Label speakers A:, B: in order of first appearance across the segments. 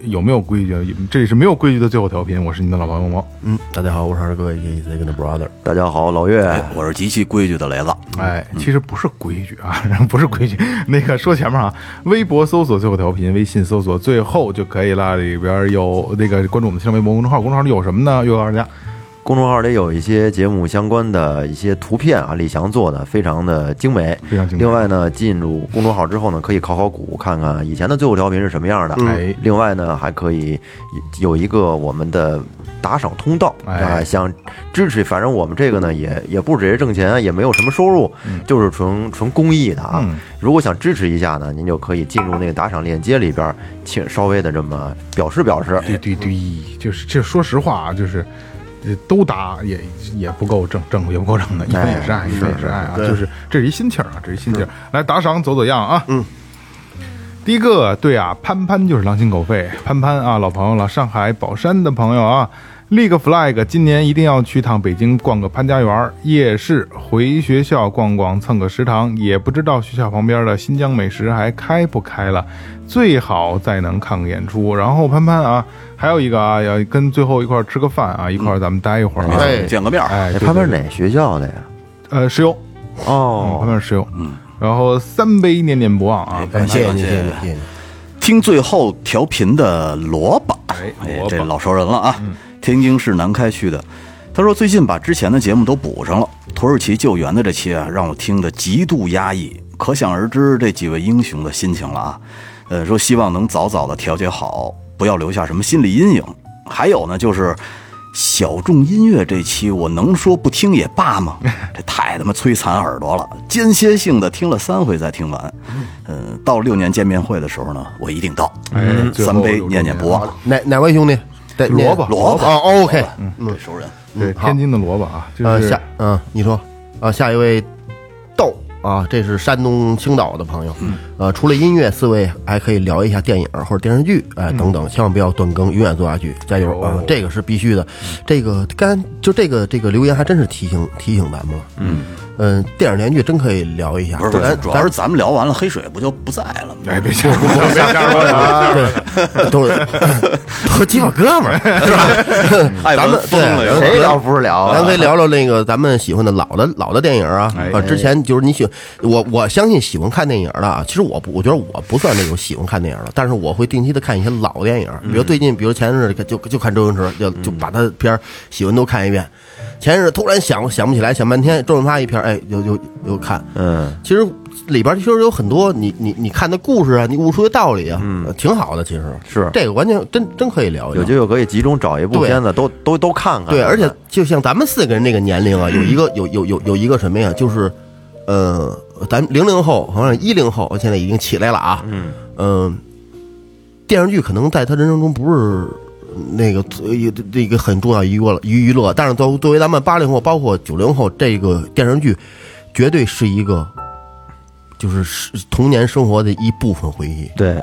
A: 有没有规矩？这里是没有规矩的最后调频，我是你的老朋友猫。
B: 嗯，大家好，我是二哥，A.K.A. Second Brother。
C: 大家好，老岳，
D: 哎我是极其规矩的雷子，
A: 哎，其实不是规矩啊， 不是规矩。那个说前面啊，微博搜索最后调频，微信搜索最后就可以啦。里边有那个关注我们的新浪微博公众号，公众号里有什么呢？又告诉大家，
C: 公众号里有一些节目相关的一些图片啊，李翔做的非常的精美，
A: 非常精美
C: 另外呢，进入公众号之后呢，可以考考古，看看以前的最后调频是什么样的。
A: 哎
C: 另外呢，还可以有一个我们的打赏通道啊、
A: 哎
C: 想支持，反正我们这个呢也也不直接挣钱，也没有什么收入，就是纯纯公益的啊。
A: 嗯
C: 如果想支持一下呢，您就可以进入那个打赏链接里边，请稍微的这么表示表示。
A: 哎对对对，就是这说实话啊，就是。呃都打也也不够挣挣也不够挣的，一分也是爱，一分也是爱啊，哎就是这是一心气儿啊，这是一心气儿。来打赏走走样啊，嗯。第一个对啊，潘潘就是狼心狗肺，潘潘啊，老朋友了，上海宝山的朋友啊，立个 flag，今年一定要去趟北京逛个潘家园夜市，回学校逛逛，蹭个食堂，也不知道学校旁边的新疆美食还开不开了，最好再能看个演出。然后潘潘啊，还有一个啊，要跟最后一块儿吃个饭啊，一块儿咱们待一会儿啊。
B: 哎
D: 见个面儿。
A: 哎，
C: 哎，
A: 对
C: 潘潘是哪学校的呀？
A: 呃，石油，嗯，
C: 哦
A: 潘，潘是石油，嗯，然后三杯念念不忘啊，
D: 哎
B: 谢谢
D: 感
B: 你，谢谢你，
D: 感
B: 谢谢你。
D: 听最后调频的萝卜，
A: 哎萝卜嗯
D: 这老熟人了啊！天津市南开区的，他说最近把之前的节目都补上了。土耳其救援的这期啊，让我听得极度压抑，可想而知这几位英雄的心情了啊。呃，说希望能早早的调节好，不要留下什么心理阴影。还有呢，就是小众音乐这期，我能说不听也罢吗？这太他妈摧残耳朵了，间歇性的听了三回才听完。嗯，到六年见面会的时候呢，我一定到。
A: 哎最后
D: 三杯
A: 有
D: 念念不忘。
B: 哪哪位兄弟？对
A: 萝卜
B: 那
D: 萝卜
B: 哦哦，OK。
D: 嗯，熟人。
A: 对，天津的萝卜啊，就
B: 呃，
A: 是
B: 下嗯，你说啊，下一位豆啊，这是山东青岛的朋友。呃，除了音乐，四位还可以聊一下电影或者电视剧，哎，等等，千万不要断更，永远做下去，加油啊！这个是必须的。这个刚就这个这个留言还真是提醒提醒咱们了。嗯嗯，电影连续真可以聊一下，
D: 不是，不是，
B: 咱
D: 主要是咱们聊完了，黑水不就不在了吗？
A: 哎，别瞎说，别瞎说
B: 啊，对，都是 都鸡巴哥们儿。
D: 艾
B: 咱
D: 文
B: 们
D: 疯了，
B: 对
D: 有 点
C: 谁聊不是聊啊
B: 咱可以聊聊那个咱们喜欢的老的老的电影啊，啊，之前就是你喜我我相信喜欢看电影的啊，其实我不我觉得我不算那种喜欢看电影的，但是我会定期的看一些老电影，比如最近，比如前日就就看周星驰，就就把他的片儿喜欢都看一遍，前日突然想想不起来，想半天，周润发一片儿，哎，又又又看，
C: 嗯，
B: 其实里边其实有很多你你你看的故事啊，你悟出的道理啊，嗯，挺好的，其实
C: 是
B: 这个完全真真可以聊一聊
C: 有。机会可以集中找一部
B: 对
C: 片子，都都都看看。
B: 对，而且就像咱们四个人那个年龄啊，有一个有有有有一个什么呀，就是，呃，咱零零后好像一零后现在已经起来了啊，嗯电视剧可能在他人生中不是那个最这个很重要娱乐娱娱乐，但是作作为咱们八零后，包括九零后，这个电视剧绝对是一个。就是是童年生活的一部分回忆，
C: 对，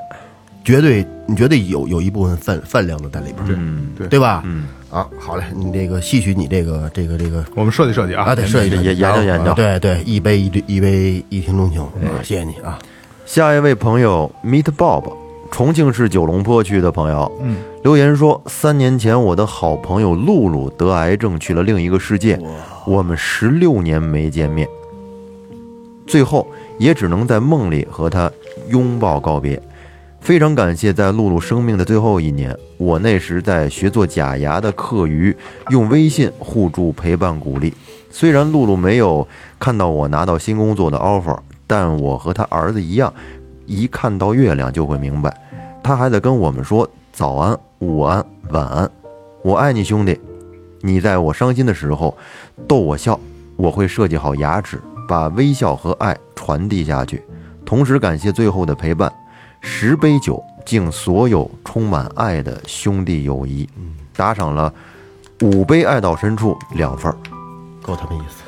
B: 绝对你绝对有有一部分分分量的在里边儿，
A: 对
B: 对吧？嗯啊，好嘞，你这个吸取你这个这个这个
A: 我们设计设计啊，
B: 啊，得设计设计
C: 也研究研究
B: 对对，一杯一一杯一听钟情啊，谢谢你啊，
C: 下一位朋友 Meet Bob，重庆市九龙坡区的朋友，嗯，留言说，三年前我的好朋友露露得癌症去了另一个世界，我们十六年没见面，最后也只能在梦里和她拥抱告别。非常感谢在露露生命的最后一年，我那时在学做假牙的课余，用微信互助陪伴鼓励。虽然露露没有看到我拿到新工作的 offer，但我和她儿子一样，一看到月亮就会明白。她还在跟我们说早安、午安、晚安，我爱你，兄弟。你在我伤心的时候逗我笑，我会设计好牙齿，把微笑和爱传递下去。同时感谢最后的陪伴，十杯酒敬所有充满爱的兄弟友谊，打赏了五杯爱到深处两份儿。
B: 够他们意思。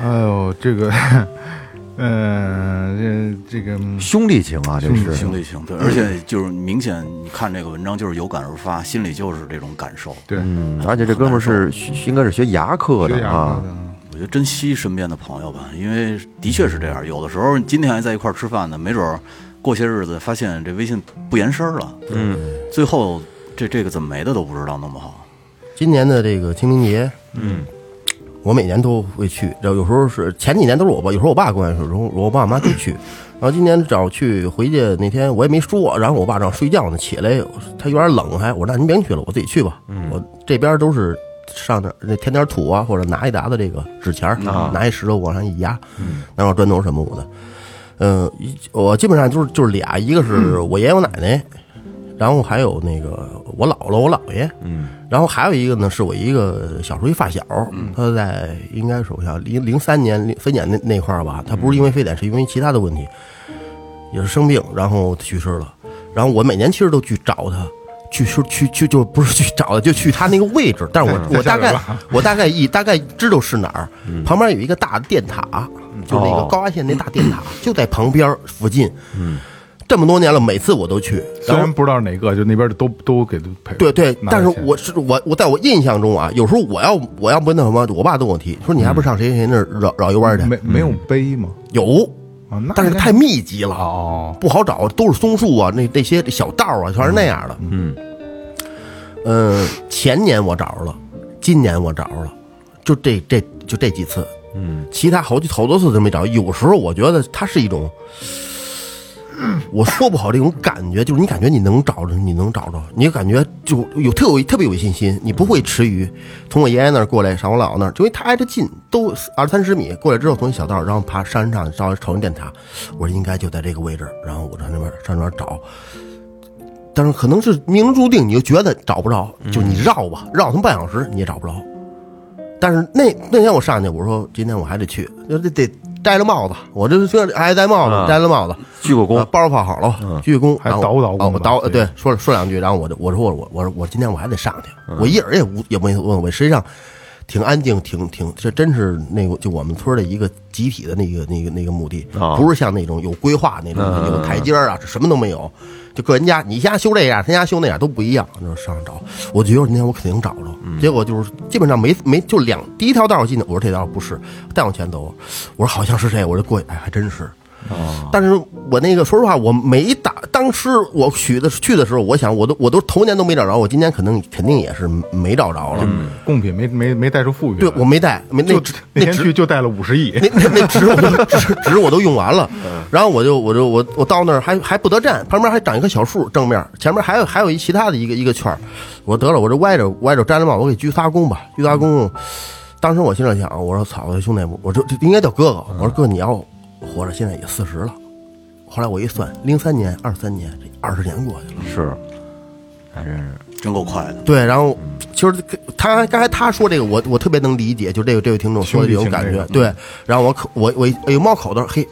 A: 哎呦，这个，呃，这这个嗯
C: 兄弟情啊，这是
D: 兄弟情，对，而且就是明显，你看这个文章就是有感而发，心里就是这种感受。
A: 对，
C: 嗯，而且这哥们儿是学应该是学牙科
A: 缺
C: 的
A: 氧
C: 啊
A: 了，的
D: 我觉得珍惜身边的朋友吧，因为的确是这样，有的时候今天还在一块儿吃饭呢，没准儿过些日子发现这微信不延伸了，嗯，最后这这个怎么没的都不知道，弄不好，
B: 今年的这个清明节，嗯，我每年都会去，然后有时候是前几年都是我爸，有时候我爸跟我说，有时候我爸我妈都去。然后今年正好去回去那天我也没说，然后我爸正好睡觉呢，起来他有点冷还，我说那您别去了，我自己去吧。我这边都是上那那添点土啊，或者拿一沓子这个纸钱儿，拿一石头往上一压，拿块砖头什么我的。嗯，一我基本上就是就是俩，一个是我爷爷我奶奶，然后还有那个我姥姥我姥爷，嗯，然后还有一个呢是我一个小时候一发小，他在应该是我想零零三年零非典那那块儿吧，他不是因为非典，是因为其他的问题，也是生病，然后去世了。然后我每年其实都去找他，去说去去就不是去找他，就去他那个位置。但是我我大概 我大概一大概知道是哪儿，
A: 嗯
B: 旁边有一个大电塔，就那个
C: 哦
B: 高压线那大电 塔就在旁边附近。嗯，这么多年了，每次我都去，
A: 虽
B: 然后
A: 然不知道哪个，就那边的都都给赔。
B: 对对，
A: 拿
B: 但是
A: 了钱
B: 我是我我在我印象中啊，有时候我要我要不那什么，我爸跟我提说你还不上谁谁那儿绕绕一弯儿去？
A: 嗯没没有杯吗？
B: 有，
A: 啊，那
B: 但是
A: 应该
B: 太密集了，啊
A: 哦，
B: 不好找，都是松树啊，那那些小道啊，全是那样的。嗯，呃，前年我找着了，今年我找着了，就这这就这几次，嗯，其他好几好多次都没找。有时候我觉得它是一种，我说不好这种感觉，就是你感觉你能找着，你能找着，你感觉就有特有特别有信心，你不会迟疑。从我爷爷那儿过来，上我姥姥那儿，因为他挨着近，都二三十米过来之后，从一小道儿，然后爬山上，到朝那电塔，我说应该就在这个位置，然后我上那边上那边找。但是可能是命中注定，你就觉得找不着，就你绕吧，绕他妈半小时你也找不着。但是那那天我上去，我说今天我还得去，就得得摘了帽子，我这这还戴帽
C: 啊
B: 子，摘了帽子，
C: 鞠过
B: 啊
C: 躬，
B: 包放好了，鞠躬，
A: 还
B: 然后
A: 捣鼓捣鼓
B: 啊我
A: 吧
B: 捣
A: 对
B: 对，说说两句，然后我就我说我我我说我今天我还得上去，我一点儿也无也没问我，实际上挺安静，挺挺这真是那个就我们村儿的一个集体的那个那个那个墓地
C: 哦，
B: 不是像那种有规划那种有台阶儿啊，什么都没有，就个人家你家修这样，他家修那样都不一样，就是上去找，我觉得今天我肯定找着，结果就是基本上没没就两第一条道儿我进去，我说这道儿不是，再往前走，我说好像是这，我就过去，哎，还真是。但是我那个说实话，我没打。当时我去的去的时候，我想我都我都头年都没找着，我今年可能肯定也是没找着了。
A: 贡品没没没带出富裕来。
B: 对，我没带，没那
A: 就
B: 纸
A: 那
B: 那
A: 天
B: 纸
A: 去就带了五十亿，
B: 那那那纸 我都纸纸我都用完了，
A: 嗯
B: 然后我就我就我我到那儿还还不得站，旁边还长一棵小树，正面前面还有还有一其他的一个一个圈儿，我得了，我这歪着歪着摘了帽，我给鞠仨躬吧，鞠仨躬。当时我心里想，我说操，我说兄弟，我这这应该叫哥哥，
A: 嗯
B: 我说哥你要活着，现在也四十了。后来我一算，零三年、二三年，这二十年过去了。
C: 是，还真是，
D: 真够快的。
B: 对，然后其实他刚才他说这个，我我特别能理解，就这个这位听众说的这种感觉
A: 兄。弟情这
B: 对，然后我口我我哎呦冒口袋，嘿，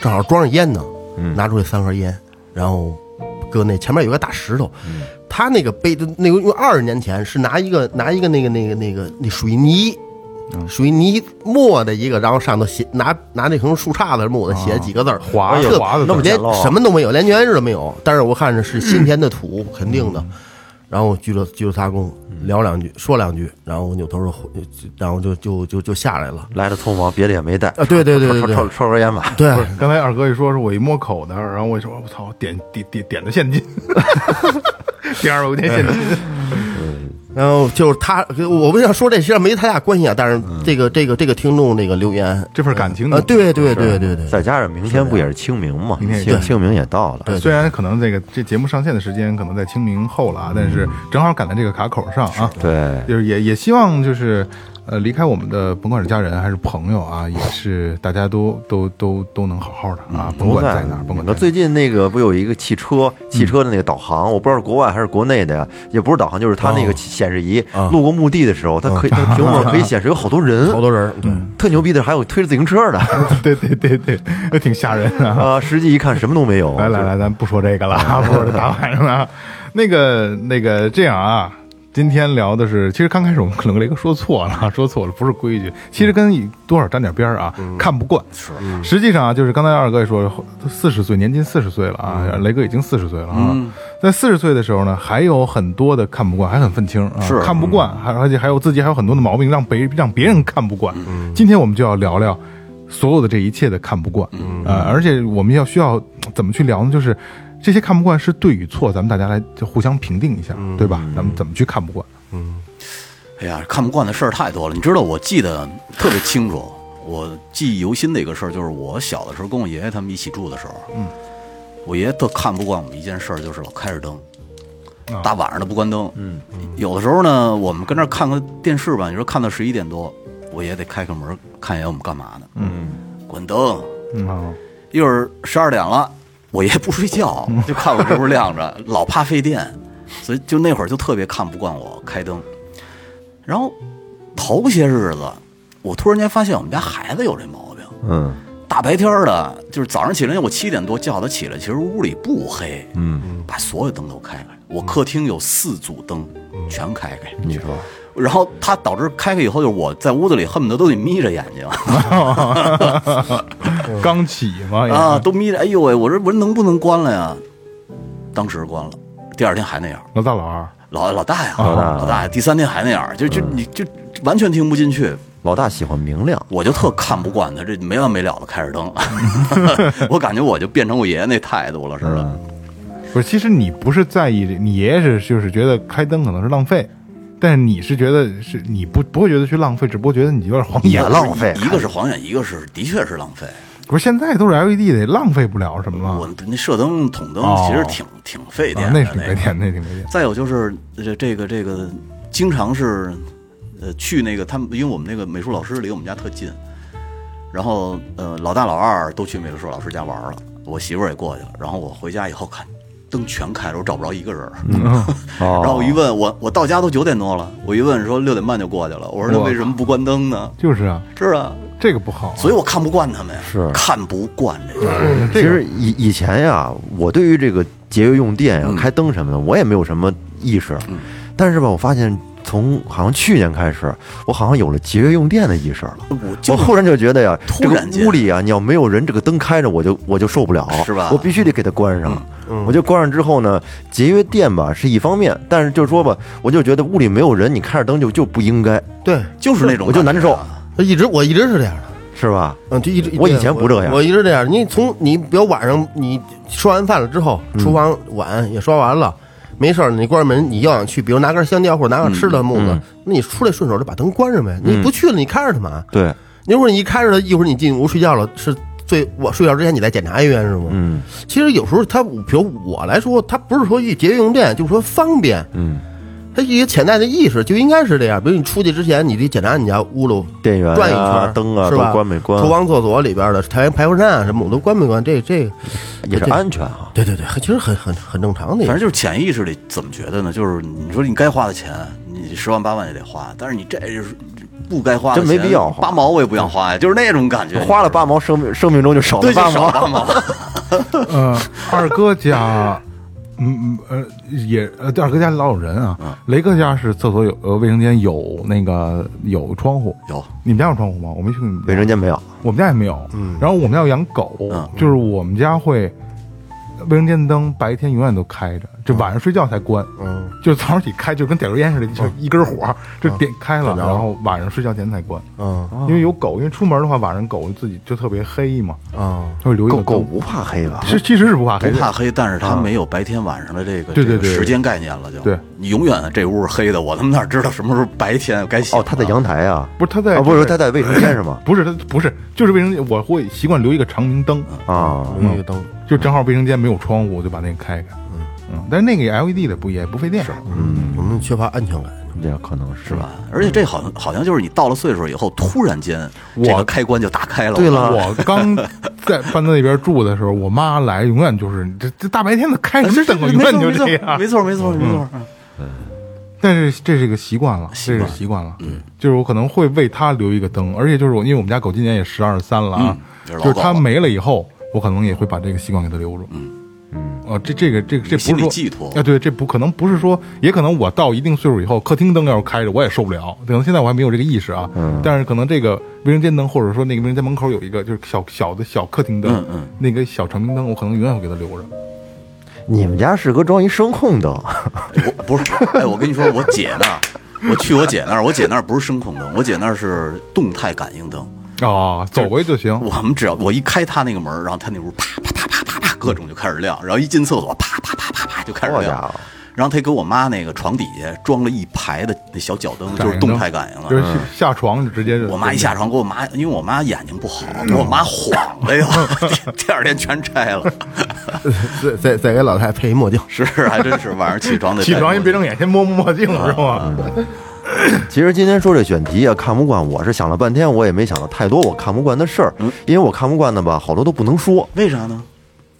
B: 正好装着烟呢，拿出来三盒烟，然后搁那前面有个大石头，他那个杯子那个用二十年前是拿一个拿一个那个那个那个那水泥。水嗯泥磨的一个，然后上头写拿拿那什么树杈子什么，我的写几个字儿，
A: 划
B: 特
A: 也划得
B: 那
A: 那
B: 么
A: 么
B: 连
C: 简陋啊
B: 什么都没有，连原子都没有。但是我看着是新填的土，肯定的。然后鞠了鞠了仨躬，聊两句，说两句，然后我扭头就回，然后就就就就下来了。
C: 来的匆忙，别的也没带
A: 呃
B: 啊，对对对对
C: 抽
B: 对
C: 抽抽抽根烟吧，
B: 对
A: 不，是，刚才二哥一说，是我一摸口袋，然后我一说，我操，点点点点的 现金，点二百块钱现
B: 哎
A: 金，
B: 然后就是他，我不想说这实际上没太大关系啊，但是这个这个这个听众这个留言
A: 这份感情
B: 啊，对对对对对，
C: 再加上明天不也是清明嘛，
A: 明天也
C: 清
A: 对
C: 清明也到了，
A: 虽然可能这个这节目上线的时间可能在清明后了啊，但是正好赶在这个卡口上啊，
C: 对，
A: 就是也也希望就是呃离开我们的，甭管是家人还是朋友啊，也是大家都都都都能好好的啊，甭
C: 不
A: 管在哪儿，甭嗯管在哪儿
C: 最近那个不有一个汽车，汽车的那个导航，我不知道是国外还是国内的呀，也不是导航，
A: 啊
C: 就是它那个显示仪，路过墓地的时候，它可以它屏幕上可以显示有好多人，
B: 好多人，对，嗯
C: 特牛逼的，还有推着自行车的
A: 对对对对，那挺吓人的、啊。
C: 啊，实际一看什么都没有。
A: 来来来，咱不说这个了，不说这大晚上了。那个那个，这样啊，今天聊的是，其实刚开始我们可能雷哥说错了，说错了，不是规矩，其实跟多少沾点边儿啊，看不惯。是，实际上啊，就是刚才二哥也说，四十岁，年近四十岁了啊，雷哥已经四十岁了啊，
D: 嗯
A: 在四十岁的时候呢，还有很多的看不惯，还很愤青啊，
D: 是嗯
A: 看不惯，还而且还有自己还有很多的毛病，让别让别人看不惯。
D: 嗯
A: 今天我们就要聊聊。所有的这一切的看不惯，
D: 嗯
A: 呃，而且我们要需要怎么去聊呢？就是这些看不惯是对与错，咱们大家来就互相评定一下，
D: 嗯
A: 对吧？咱们怎么去看不惯？
D: 哎呀，看不惯的事儿太多了。你知道，我记得特别清楚，我记忆犹新的一个事儿，就是我小的时候跟我爷爷他们一起住的时候，嗯，我爷爷特看不惯我们一件事儿，就是老开着灯，大晚上的不关灯。啊嗯，有的时候呢，我们跟那儿看个电视吧，你说看到十一点多，我爷得开开门看一眼我们干嘛呢？嗯，关灯。
A: 嗯，啊
D: 一会儿十二点了，我爷不睡觉，就看我这屋亮着，老怕费电，所以就那会儿就特别看不惯我开灯。然后头些日子，我突然间发现我们家孩子有这毛病，
C: 嗯
D: 大白天儿的，就是早上起来我七点多叫他起来，其实屋里不黑，
C: 嗯，
D: 把所有灯都开开，我客厅有四组灯，全开开。
C: 你说
D: 然后他导致开开以后，就是我在屋子里恨不得都得眯着眼睛。
A: 刚起嘛，也
D: 啊，都眯着。哎呦喂，我说我说能不能关了呀？当时关了，第二天还那样。
A: 老大老二，
D: 老老大呀，
C: 老大
D: 老大呀，第三天还那样，就就你就就完全听不进去。
C: 老大喜欢明亮，
D: 我就特看不惯他这没完没了的开着灯，我感觉我就变成我爷爷那态度了似的。
A: 不是，其实你不是在意这，你爷爷是就是觉得开灯可能是浪费，但是你是觉得是你不不会觉得去浪费，只不过觉得你有点晃
C: 也
A: 眼。
C: 浪费。
D: 一个是晃眼，一个是的确是浪费。
A: 不是现在都是 LED 的，浪费不了什么
D: 我
A: 了。
D: 那射灯、筒灯
A: 啊哦
D: 其实挺挺费
A: 啊
D: 电，
A: 那
D: 的
A: 是挺没
D: 个
A: 电，那挺没电。
D: 再有就是这这个这个，经常是，呃，去那个他们，因为我们那个美术老师离我们家特近，然后呃，老大老二都去美术老师家玩了，我媳妇儿也过去了，然后我回家以后看灯全开了，我找不着一个人儿，
C: 哦
D: 然后我一问我我到家都九点多了，我一问说六点半就过去了，我说那
A: 哇
D: 为什么不关灯呢？
A: 就是啊，
D: 是啊，
A: 这个不好啊。
D: 所以我看不惯他们呀，
C: 是
D: 看不惯嗯这
C: 其
D: 个。
C: 实以以前呀，我对于这个节约用电呀、
D: 嗯
C: 开灯什么的，我也没有什么意识。但是吧，我发现从好像去年开始，我好像有了节约用电的意识了。
D: 我
C: 我
D: 就
C: 忽然就觉得呀，这
D: 突
C: 个
D: 然间
C: 屋里啊，你要没有人，这个灯开着，我就我就受不了，
D: 是吧嗯
C: 我必须得给它关上。我就关上之后呢，节约电吧是一方面，但是就是说吧，我就觉得屋里没有人，你开着灯就就不应该，
B: 对，
D: 就是那种啊
C: 我就难受，
B: 我一直我一直是这样的。
C: 是吧？
B: 嗯，就一直
C: 我以前不这样
B: 我我一直这样。你从你比如晚上你吃完饭了之后，厨房碗也刷完了，没事儿你关上门，你要想去，比如拿根香蕉或者拿个吃的木
C: 嗯
B: 子，那你出来顺手就把灯关上呗。你不去了，你开着它嘛。
C: 对，
B: 一会儿你一开着它，一会儿你进屋睡觉了，是最我睡觉之前你再检查一遍是吗？
C: 嗯
B: 其实有时候它，比如我来说，它不是说一节约用电，就是说方便。
C: 嗯，
B: 它一个潜在的意识就应该是这样。比如你出去之前，你得检查你家屋噜
C: 电源啊
B: 转一圈儿，
C: 灯啊
B: 是吧？
C: 都关没关
B: 厨房、厕所里边的排排风扇啊什么，我都关没关？这这，
C: 也是
B: 对
C: 安全啊。
B: 对对对，其实很很很正常的一
D: 反正
B: 个。
D: 就是潜意识里怎么觉得呢？就是你说你该花的钱，你十万八万也得花，但是你这是不该花的
C: 真没
D: 钱
C: 必要花
D: 八毛我也不想花呀，就是那种感觉。
C: 花了八毛，生命生命中就少了
D: 对，就
C: 八
D: 少
C: 毛。
D: 八毛。
A: 呃，二哥家，嗯嗯呃，也呃，二哥家老有人
D: 嗯
A: 啊。雷哥家是厕所有呃卫生间有那个有窗户，
D: 有
A: 你们家有窗户吗？我没去过你们
C: 卫
A: 家，
C: 生间没有，
A: 我们家也没有。嗯，然后我们家有养狗，
D: 嗯
A: 就是我们家会。卫生间灯白天永远都开着，就晚上睡觉才关。嗯，就是早上起开，就跟点根烟似的，
D: 嗯
A: 就一根火就点开了，然后晚上睡觉前才关。
B: 嗯
A: 因为有狗，因为出门的话，晚上狗自己就特别黑嘛，
B: 啊，
A: 它会留一
C: 狗
A: 个
C: 狗
A: 灯。
C: 不怕黑吧？
A: 是其实是不怕黑
D: 不
A: 的，
D: 怕黑，但是
C: 啊
D: 他没有白天晚上的这个
A: 对对
D: 这个
A: 对
D: 时间概念了，就
A: 对
D: 你永远这屋是黑的，我他妈哪知道什么时候白天该醒啊？
C: 哦，他在阳台啊，
A: 不是它在
C: 啊，不
A: 就是是
C: 他在卫生间 是吗？
A: 不是，它不是，就是卫生间，我会习惯留一个长明灯，
C: 啊，
B: 有一个灯，
A: 就正好卫生间没有窗户，我就把那个开开。嗯但是那个 LED 的不也不费电，
B: 嗯，我们缺乏安全感。
C: 这可能是
D: 是吧？？而且这好像好像就是你到了岁数以后，突然间
A: 我
D: 这个开关就打开了。
C: 对了
A: 我刚在搬到那边住的时候，我妈来永远就是这这大白天的开什么灯啊，
D: 没
A: 永远
D: 错
A: 就这样。嗯
D: 没错没错没错没错。
A: 但是这是一个习惯了，这是习惯了。就是我可能会为它留一个灯，而且就是我，因为我们家狗今年也十二三了啊，
D: 这是老
A: 就是它
D: 狗了
A: 没了以后，我可能也会把这个习惯给它留住。嗯嗯，啊，这这个这个这
D: 心
A: 不是说
D: 理寄托
A: 啊，对，这不可能不是说，也可能我到一定岁数以后，客厅灯要是开着，我也受不了。可能现在我还没有这个意识啊，
D: 嗯
A: 但是可能这个卫生间灯，或者说那个卫生间门口有一个就是小小的小客厅灯，
D: 嗯嗯
A: 那个小长明灯，我可能永远会给它留着。
C: 你们家适合装一声控灯，
D: 我不是，哎，我跟你说，我姐那儿，我去我姐那儿，我姐那儿不是声控灯，我姐那儿是动态感应灯。
A: 啊，走过去就行。
D: 我们只要我一开她那个门儿，然后她那屋啪啪啪啪啪啪各种就开始亮，然后一进厕所啪啪啪啪啪就开始
C: 好家
D: 亮
C: 伙。
D: 然后她给我妈那个床底下装了一排的那小脚灯，就是动态感应
A: 就
D: 了。嗯
A: 是下床就直接就。
D: 我妈一下床给我妈，因为我妈眼睛不好，给我妈晃的哟，第第二天全拆了。
B: 再再再给老太太配一墨镜，
D: 是，啊还真是晚上起床得
A: 起床
D: 戴
A: 先
D: 墨
A: 别
D: 镜
A: 睁眼，先摸摸墨镜
D: 嗯
A: 是吗？
C: 其实今天说这选题啊，看不惯，我是想了半天，我也没想到太多我看不惯的事儿，
D: 嗯
C: 因为我看不惯的吧，好多都不能说。
D: 为啥呢？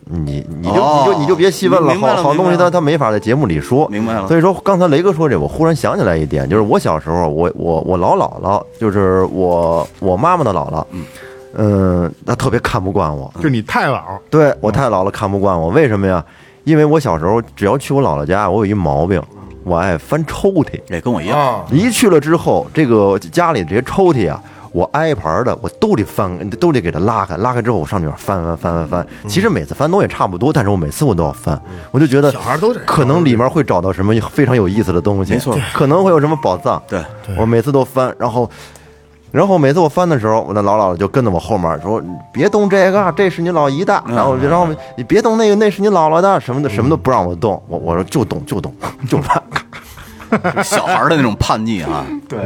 C: 你你就
D: 哦
C: 你就你就别细问了，
D: 明白了
C: 好好
D: 明白
C: 东西
D: 了
C: 他他没法在节目里说，
D: 明白了
C: 所以说刚才雷哥说这，我忽然想起来一点，就是我小时候，我我我老姥姥，就是我我妈妈的姥姥，嗯，她特别看不惯
D: 嗯
C: 我，
A: 就你太老，
C: 对我太姥姥看不惯我，为什么呀？因为我小时候只要去我姥姥家，我有一毛病，我爱翻抽屉。
D: 也哎跟我一
A: 啊
D: 样，
C: 一去了之后，这个家里这些抽屉啊，我挨排儿的我都得翻，都得给它拉开。拉开之后，我上里面翻翻翻翻翻。
B: 嗯
C: 其实每次翻东西差不多，但是我每次我都要翻，我就觉得
B: 小孩都这样
C: 可能里面会找到什么非常有意思的东西，
D: 没错，
C: 可能会有什么宝藏。
D: 对，
C: 我每次都翻，然后。然后每次我翻的时候，我那老姥姥就跟着我后面说：“别动这个，这是你老姨的。”
B: 嗯
C: 然后，然后你别动那个，那是你姥姥的，什么的，什么都不让我动。我我说就动就动 就翻，
D: 小孩儿的那种叛逆啊。对，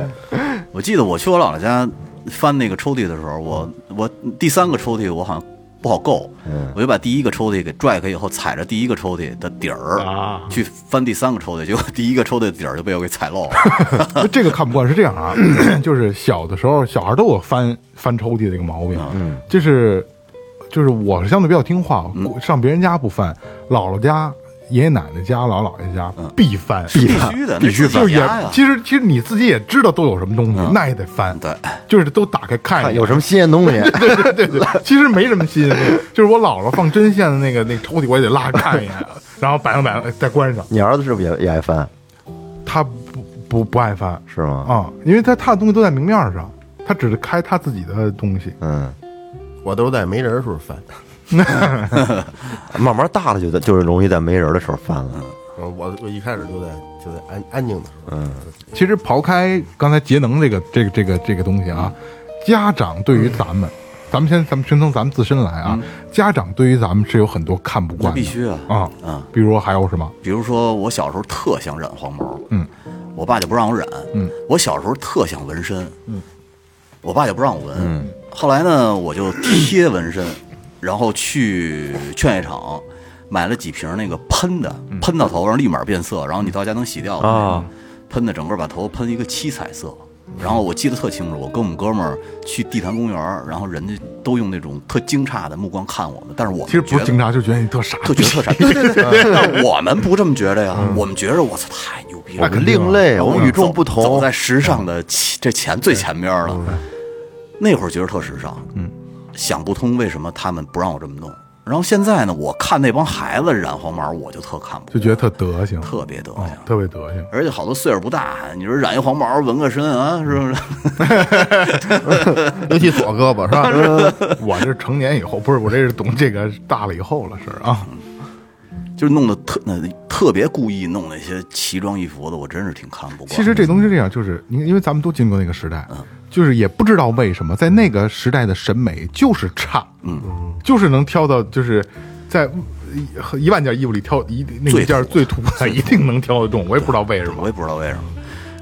D: 我记得我去我姥姥家翻那个抽屉的时候，我我第三个抽屉我好像不好够，我就把第一个抽屉给拽开以后，踩着第一个抽屉的底儿、
A: 啊
D: 去翻第三个抽屉，结果第一个抽屉的底儿就被我给踩漏了。
A: 就这个看不惯是这样啊，就是小的时候小孩都有翻翻抽屉的这个毛病，就是就是我是相对比较听话，我上别人家不翻，姥姥家、爷爷奶奶家、姥姥姥爷家必翻，
D: 必须的，
A: 必须翻。就是
D: 那自己家
A: 也
D: 呀。
A: 其实其实你自己也知道都有什么东西，那也得翻，
D: 对，
A: 就是都打开看一
C: 看
A: 眼
C: 有什么新鲜东西。
A: 对对对对，其实没什么新鲜的，就是我姥姥放针线的那个那个抽屉，我也得拉开看一眼，然后摆弄摆弄，哎再关上。
C: 你儿子是不是也也爱翻？
A: 他不不不爱翻
C: 是吗？
A: 啊、因为他他的东西都在明面上，他只是开他自己的东西。
C: 嗯，
B: 我都在没人的时候 翻，
C: 慢慢大了就在就是容易在没人的时候翻了。
B: 嗯我我一开始就在就在安安静的时候，嗯，
A: 其实刨开刚才节能这个这个这个这个东西啊，家长对于咱们，咱们先咱们先从咱们自身来啊，家长对于咱们是有很多看不
D: 那
A: 惯的，
D: 嗯必须啊。
A: 啊
D: 嗯
A: 比如还有什么？
D: 比如说我小时候特想染黄毛，
A: 嗯，
D: 我爸就不让我染，
A: 嗯，
D: 我小时候特想纹身，嗯，我爸就不让我纹，嗯，后来呢，我就贴纹身， 然后去劝业场买了几瓶那个喷的，
A: 嗯
D: 喷到头上立马变色，然后你到家能洗掉的
C: 啊，
D: 喷的整个把头喷一个七彩色。然后我记得特清楚，我跟我们哥们儿去地坛公园儿，然后人家都用那种特惊诧的目光看我们，但是我们
A: 其实不
D: 觉
A: 是
D: 得
A: 警察就觉得你特傻，
D: 特觉得特傻。对对对，但我们不这么觉得呀，我们觉得我操太牛逼
C: 我
D: 了，
C: 们另类，啊我
D: 我
C: 们与众
D: 走
C: 不
D: 走
C: 同
D: 在。时尚的前这前最前面了。那会儿觉得特时尚，嗯，想不通为什么他们不让我这么弄。然后现在呢，我看那帮孩子染黄毛，我就特看不惯，
A: 就觉得特德行，
D: 特哎别得
A: 啊
D: 劲。
A: 特别德行。
D: 而且好多岁数不大，你说染一黄毛纹个身啊，是不是？
B: 尤其左胳 膊是吧？
A: 我这成年以后，不是我这是懂这个大了以后了，是啊，
D: 就弄得特那特别故意弄那些奇装异服的，我真是挺看不惯。
A: 其实这东西是这样，就是因因为咱们都经过那个时代，
D: 嗯
A: 就是也不知道为什么，在那个时代的审美就是差，嗯，就是能挑到就是在一一万件衣服里挑一那一件最土的，一定能挑得中，我也不知道为什
D: 我
A: 么。
D: 也不知道为什么。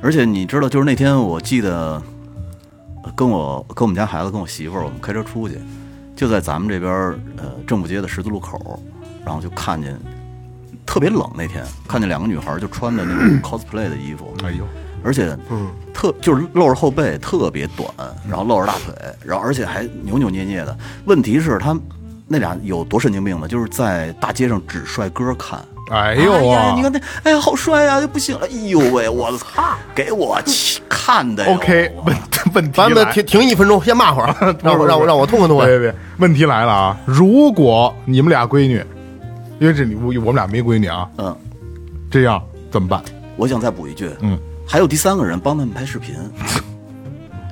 D: 而且你知道，就是那天我记得呃跟我跟我们家孩子跟我媳妇儿，我们开车出去，就在咱们这边儿呃政府街的十字路口，然后就看见特别冷那天，看见两个女孩儿就穿的那种 cosplay 的衣服，
A: 哎呦，
D: 而且特就是露着后背，特别短，然后露着大腿，然后而且还扭扭捏捏的。问题是他们那俩有多神经病呢？就是在大街上只帅哥看，
A: 哎呦
D: 哎呀
A: 啊
D: 你看那，哎呀，好帅呀、就不行了，哎呦喂，我操，
C: 啊
D: 给我气看的哟
A: ，OK，问问题
B: 咱们
A: 来
B: 停停一分钟，先骂 会儿，让我让我让我痛快痛快。
A: 别别别，问题来了啊！如果你们俩闺女，因为这里我我们俩没闺女啊，
D: 嗯，
A: 这样怎么办？
D: 我想再补一句，
A: 嗯，
D: 还有第三个人帮他们拍视频，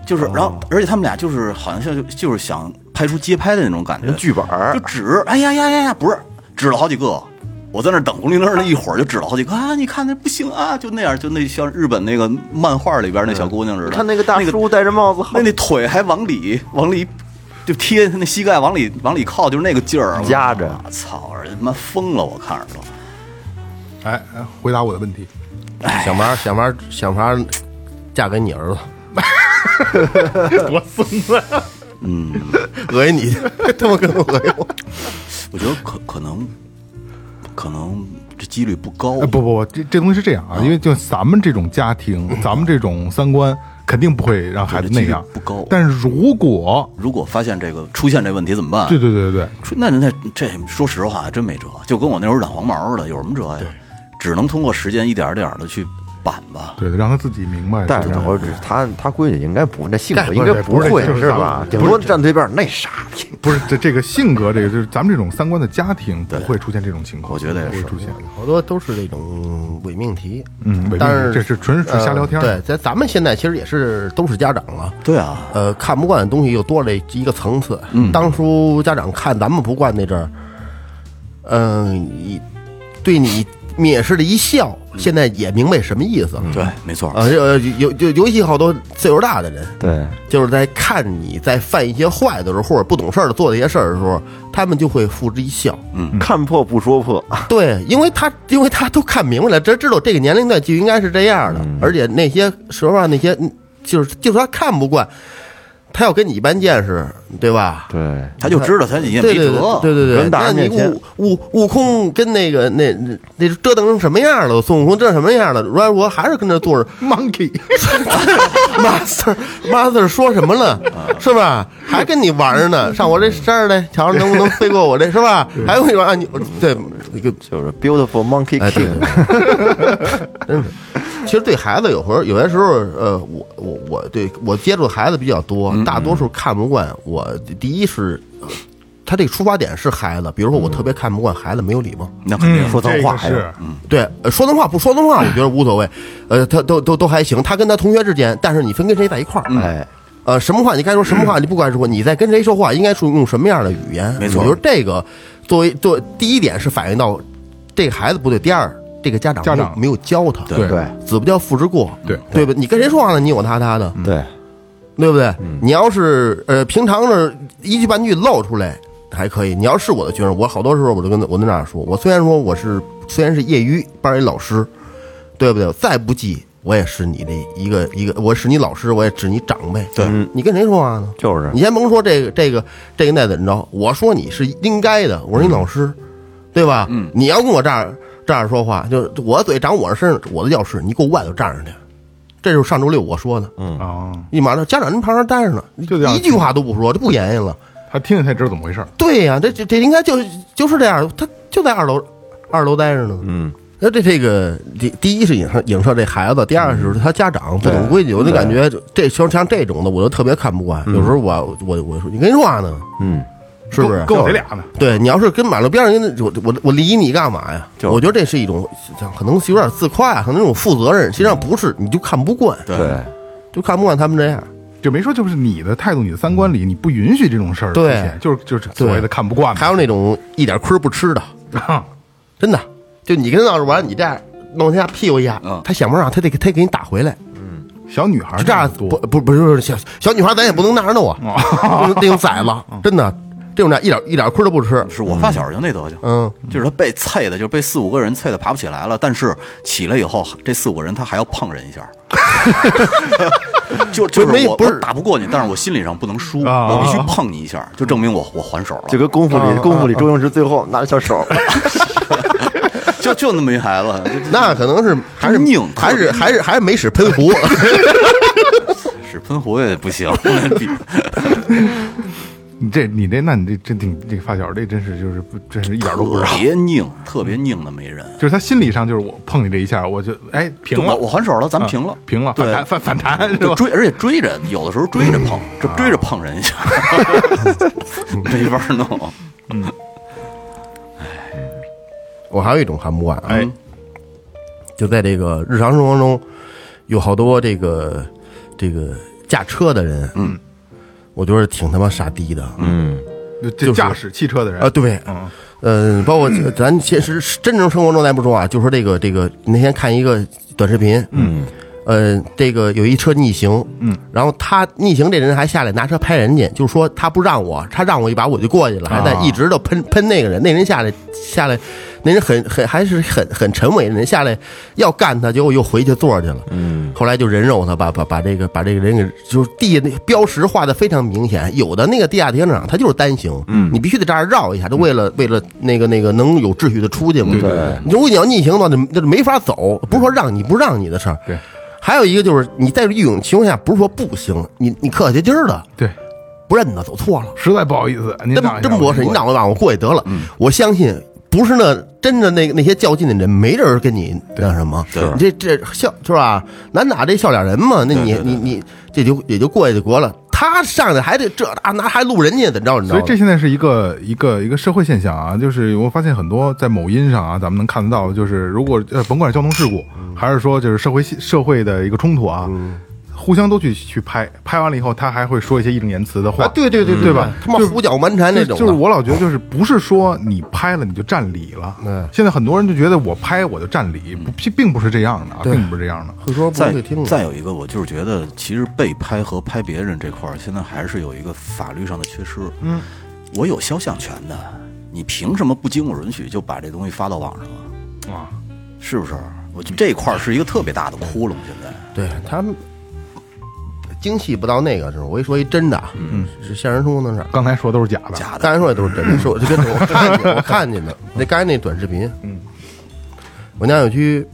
D: 就是，然后而且他们俩就是好像像就是想拍出街拍的那种感觉，
C: 人剧本儿
D: 就指，哎呀呀呀呀，不是指了好几个。我在那儿等红绿灯了一会儿，就指了好几个啊！你看那不行啊，就那样，就那像日本那个漫画里边那小姑娘似的。
C: 看那个大叔戴着帽子，好
D: 那那腿还往里往里就贴，那膝盖往里往里靠，就是那个劲儿，啊
C: 夹着
D: 我操，人他妈疯了，我看着都。
A: 哎，哎回答我的问题。哎
B: 想法想法想法，嫁给你 儿子，多孙子。嗯，恶心你， 他妈跟我恶心我。
D: 我觉得可可能可能这几率不高
A: 呃，。不不不，这这东西是这样啊，因为就咱们这种家庭，咱们这种三观，肯定不会让孩子那样
D: 对这几率不高
A: 但如果，
D: 如果发现这个出现这问题怎么办？
A: 对对对对对，
D: 出，那那这说实话真没辙，就跟我那时候染黄毛似的，有什么辙呀？只能通过时间一点儿点的去板吧。
A: 对，让他自己明白。
C: 但
A: 是
C: 是
A: 吧
C: 我只他他闺女应该不那性格应该
A: 不是
C: 会
A: 就是
C: 是吧？顶多站对面那傻逼。
A: 不是这这个性格，这个就是咱们这种三观的家庭不会出现这种情况，
D: 我觉得也
A: 不会
D: 是
A: 出现。
B: 好多都是这种伪命题，
A: 嗯伪命题
B: 但是
A: 这是纯纯瞎聊天儿
B: 呃对，在咱们现在其实也是都是家长了，
D: 对啊，
B: 呃，看不惯的东西又多了一个层次。当初家长看咱们不惯那阵儿，嗯、你对你蔑视的一笑，现在也明白什么意思了。
D: 对，没错。
B: 啊，呃，尤尤尤其好多岁数大的人，
C: 对，
B: 就是在看你在犯一些坏的时候，或者不懂事儿的做的一些事儿的时候，他们就会付之一笑。
A: 嗯
C: 看破不说破，
B: 对，因为他因为他都看明白了，这知道这个年龄段就应该是这样的，而且那些说实话，那些嗯就是就算他看不惯，他要跟你一般见识，对吧？
C: 对，
D: 他就知道他也
B: 对
D: 没
B: 对
D: 辙，
B: 对对对，
C: 人打
B: 那
C: 人
B: 你
C: 面前
B: 悟悟悟空跟那个那那那折腾成什么样了？孙悟空折腾什么样了？阮如我还是跟这坐着
A: Monkey，
B: master master 说什么了？是吧？还跟你玩儿呢？上我这山儿来，瞧瞧能不能飞过我这，是吧？还有你说啊，你对一个
C: 就是 beautiful monkey
B: 哎，对
C: king，，
B: 真是。其实对孩子有会儿有些时候，呃，我我我对我接触的孩子比较多，大多数看不惯。我第一是，呃他这个出发点是孩子，比如说我特别看不惯孩子没有礼貌，
D: 那肯定
A: 嗯
C: 说脏话呀
A: 这个是
B: 对，呃说脏话不说脏话，我觉得无所谓，呃，他都都都还行。他跟他同学之间，但是你分跟谁在一块儿，
C: 哎，
B: 呃，什么话你该说什么话，
A: 嗯
B: 你不该说，你在跟谁说话，应该说用什么样的语言？
D: 没错
B: 我觉得这个作为作为第一点是反映到这个孩子不对，第二这个家长
A: 家
B: 没有
A: 长
B: 没有教他，
D: 对
A: 对
C: 对
B: 子不教父之过，
A: 对
B: 对吧？你跟谁说话呢？你有他他的，
C: 对，
B: 对不对？你要是呃平常的一句半句露出来还可以，你要是我的学生，我好多时候我就跟我跟那说，我虽然说我是虽然是业余班里老师，对不对？再不济我也是你的一个一个，我是你老师，我也是你长辈。
D: 对
B: 嗯你跟谁说话呢？
C: 就是
B: 你先甭说这个这个这个那怎么着，我说你是应该的，我是你老师，对吧？嗯，你要跟我这样这样说话，就是我嘴长我身上，我的钥匙你给我外头站上去，这就是上周六我说的。嗯，
A: 啊，
B: 你马上家长您旁边待着呢，
A: 就这样
B: 一句话都不说，就不言语了。
A: 他听听才知道怎么回事儿。
B: 对呀、这这这应该就就是这样，他就在二楼二楼待着呢。嗯。那这这个第第一是影射影射这孩子，第二是他家长不懂规矩，我就感觉这像像这种的，我就特别看不惯。有时候我我我说你跟谁说话呢？
C: 嗯，
B: 嗯是不是？
A: 跟我这俩呢？
B: 对你要是跟马路边上跟那我我我理你干嘛呀？我觉得这是一种可能是有点自夸啊，可能那种负责任，实际上不是，你就看不惯，
D: 对
C: 对，
B: 就看不惯他们这样。
A: 就没说，就是你的态度、你的三观里，你不允许这种事儿出
B: 对
A: 现，就是就是所谓的
B: 对
A: 看不惯嘛。
B: 还有那种一点亏不吃的，
A: 啊
B: 真的，就你跟闹着玩，你这样弄他家屁股一下
D: 嗯，
B: 他想不让他得给他给你打回来，
A: 小女孩儿
B: 就这样
A: 多
B: 不不不是不是小小女孩，咱也不能那样弄啊， 那种崽子，真的，这种家一点一点亏都不吃，
D: 是我发小就那德行，
B: 嗯，
D: 就是他被菜的，就是被四五个人菜的爬不起来了，但是起来以后，这四五个人他还要碰人一下， 就就是
B: 不是没
D: 我
B: 不是
D: 我打不过你，但是我心理上不能输，
A: 啊
D: 我必须碰你一下，就证明我我还手
C: 就跟
D: 了，
C: 功夫里功夫里周星驰最后拿着小手，
D: 就就那么一孩子，
B: 那可能是还是
D: 拧
B: 还是还是还是没使喷壶。
D: 就使喷壶也不行，比
A: 你这你这那你这真挺这个发小这真是就是不真是一点都不知道
D: 特，别拧，特别拧的没人。
A: 就是他心理上就是我碰你这一下，我就哎平
D: 就
A: 了，
D: 我我还手了，咱们
A: 啊
D: 平了。
A: 平了，反弹反反
B: 嗯
A: 弹是
D: 就
A: 吧？
D: 追，而且追着，有的时候追着碰，这追着碰人一下，没法弄。
B: 我还有一种韩不惯啊，
A: 哎，
B: 就在这个日常生活中，有好多这个这个驾车的人，嗯，我觉得挺他妈傻逼的，嗯
A: 就这驾驶汽车的人
B: 啊，对，
A: 嗯
B: 嗯，包括咱现实真正生活中咱不说啊，就说这个这个，那天看一个短视频，嗯，呃，这个有一车逆行，嗯，然后他逆行这人还下来拿车拍人家，就说他不让我，他让我一把我就过去了，还在一直都喷喷那个人，那人下来下来，那人很很还是很很沉稳，人下来要干他，结果又回去坐去了，嗯，后来就人肉他，把把把这个把这个人给就是地那标识画的非常明显，有的那个地下停车场它就是单行，嗯，你必须得这样绕一下，就为了为了那个那个能有秩序的出去嘛，对，如果你要逆行的话，那那就没法走，不是说让你不让你的事儿，
A: 对。
B: 还有一个就是你在一种情况下，不是说不行，你你客气劲儿的，
A: 对，
B: 不认得，走错了，
A: 实在不好意思，您
B: 真
A: 让一下
B: 真不是，你让我让我过去得了。我相信不是那真的那那些较劲的人，没人跟你那什么。
D: 对
B: 你这这笑是吧？咱打这笑脸人嘛，那你你你这就也就过去就过了。他上来还得这啊，那还录人家怎么着？你知
A: 所
B: 道
A: 以
B: 吗
A: 这？现在是一个一个一个社会现象啊，就是我发现很多在某音上啊，咱们能看得到，就是如果呃甭管是交通事故，
B: 嗯
A: 还是说就是社会社会的一个冲突啊，互相都去去拍，拍完了以后，他还会说一些义正言辞的话，嗯
B: 啊，对对对
A: 对吧？
B: 他妈
A: 就是
B: 胡搅蛮缠那
A: 就
B: 种的，
A: 就是我老觉得就是不是说你拍了你就占理了，
B: 嗯
A: 现在很多人就觉得我拍我就占理，不并并不是这样的啊，并不是这样的。
B: 会说不
D: 再
B: 会听。
D: 再有一个，我就是觉得，其实被拍和拍别人这块儿，现在还是有一个法律上的缺失。嗯，我有肖像权的，你凭什么不经我允许就把这东西发到网上啊？
A: 啊，
D: 是不是？我觉得这块儿是一个特别大的窟窿，现在。
B: 对他们精细不到那个时候，我一说一真的啊，是现实生活中的事儿。
A: 刚才说都是假的，
D: 假的，嗯
B: 刚才说的都是真的，是我这跟我看见我看见的，那刚才那短视频，嗯，我家小区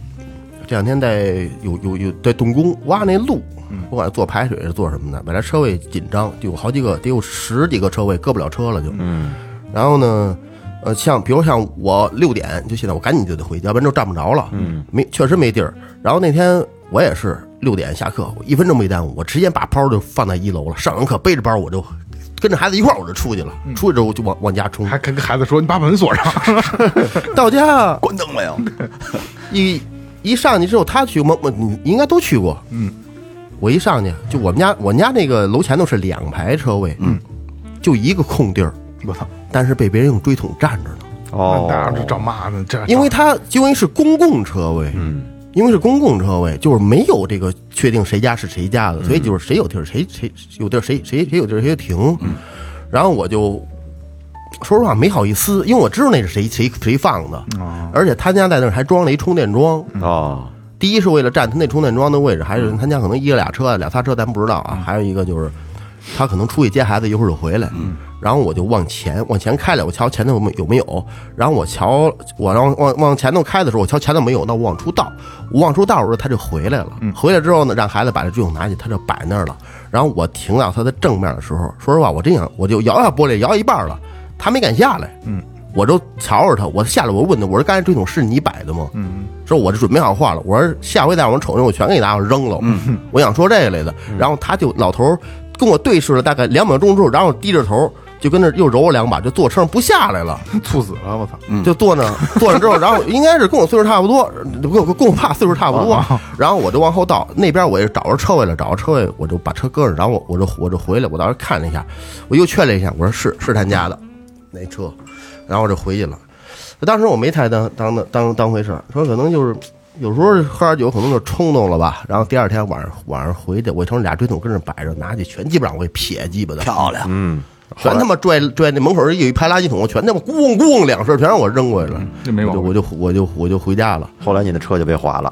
B: 这两天在有有有在动工挖那路，不管是做排水是做什么的，本来车位紧张，就有好几个，得有十几个车位，搁不了车了就，嗯，然后呢。呃，像比如像我六点就现在我赶紧就得回家，要不然就站不着了。嗯，没确实没地儿。然后那天我也是六点下课，我一分钟没耽误，我直接把包就放在一楼了。上完课背着包我就跟着孩子一块儿我就出去了，出去之后我就往往家冲。
A: 还跟孩子说你把门锁上，
B: 到家啊
D: 关灯没有？
B: 一一上去之后，他去我我你应该都去过，嗯，我一上去就我们家我们家那个楼前头是两排车位，嗯，就一个空地儿，
A: 我操，
B: 但是被别人用追桶占着呢，
C: 哦，
A: 大家这找骂呢，这
B: 因为他因为是公共车位，哎嗯。因为是公共车位，就是没有这个确定谁家是谁家的，所以就是谁有地儿谁谁有地儿谁谁谁有地儿谁停。然后我就说实话没好意思，因为我知道那是谁谁谁放的，而且他家在那儿还装了一充电桩，
C: 哦，
B: 第一是为了占他那充电桩的位置，还有人他家可能一个俩车、俩仨车，咱不知道啊。还有一个就是，他可能出去接孩子，一会儿就回来。然后我就往前往前开了，我瞧前头有没有没有。然后我瞧我让往往前头开的时候，我瞧前头没有，那我往出倒，我往出倒的时候他就回来了。回来之后呢，让孩子把这追桶拿起，他就摆那儿了。然后我停到他的正面的时候，说实话，我真想我就摇下玻璃，摇一半了，他没敢下来。嗯。我就瞧着他，我下来我问他，我说刚才追桶是你摆的吗？嗯，说我这准备好话了，我说下回再让我瞅见我全给你拿我扔了。嗯， 我想说这个来的，然后他就老头儿跟我对视了大概两秒钟之后，然后低着头就跟那儿又揉我两把，就坐车上不下来了，
A: 猝死了，我操，
B: 就坐那儿坐那之后，然后应该是跟我岁数差不多，跟我跟我爸岁数差不多，然后我就往后倒，那边我也找着车位了，找着车位我就把车搁上，然后我我就我就回来，我当时看了一下，我又确认一下，我说是是他家的那车，然后我就回去了。当时我没太当当当当回事儿，说可能就是有时候喝点酒可能就冲动了吧。然后第二天晚上晚上回去，我瞅俩追桶跟那摆着，拿去全基本上我给撇鸡巴的，
D: 漂亮，
B: 嗯全他妈拽拽那门口有一排垃圾桶，全他妈咕嗡咕嗡两声，全让我扔过去了。
A: 这没毛病
B: 我就我就我就我就回家了。
C: 后来你的车就被划了，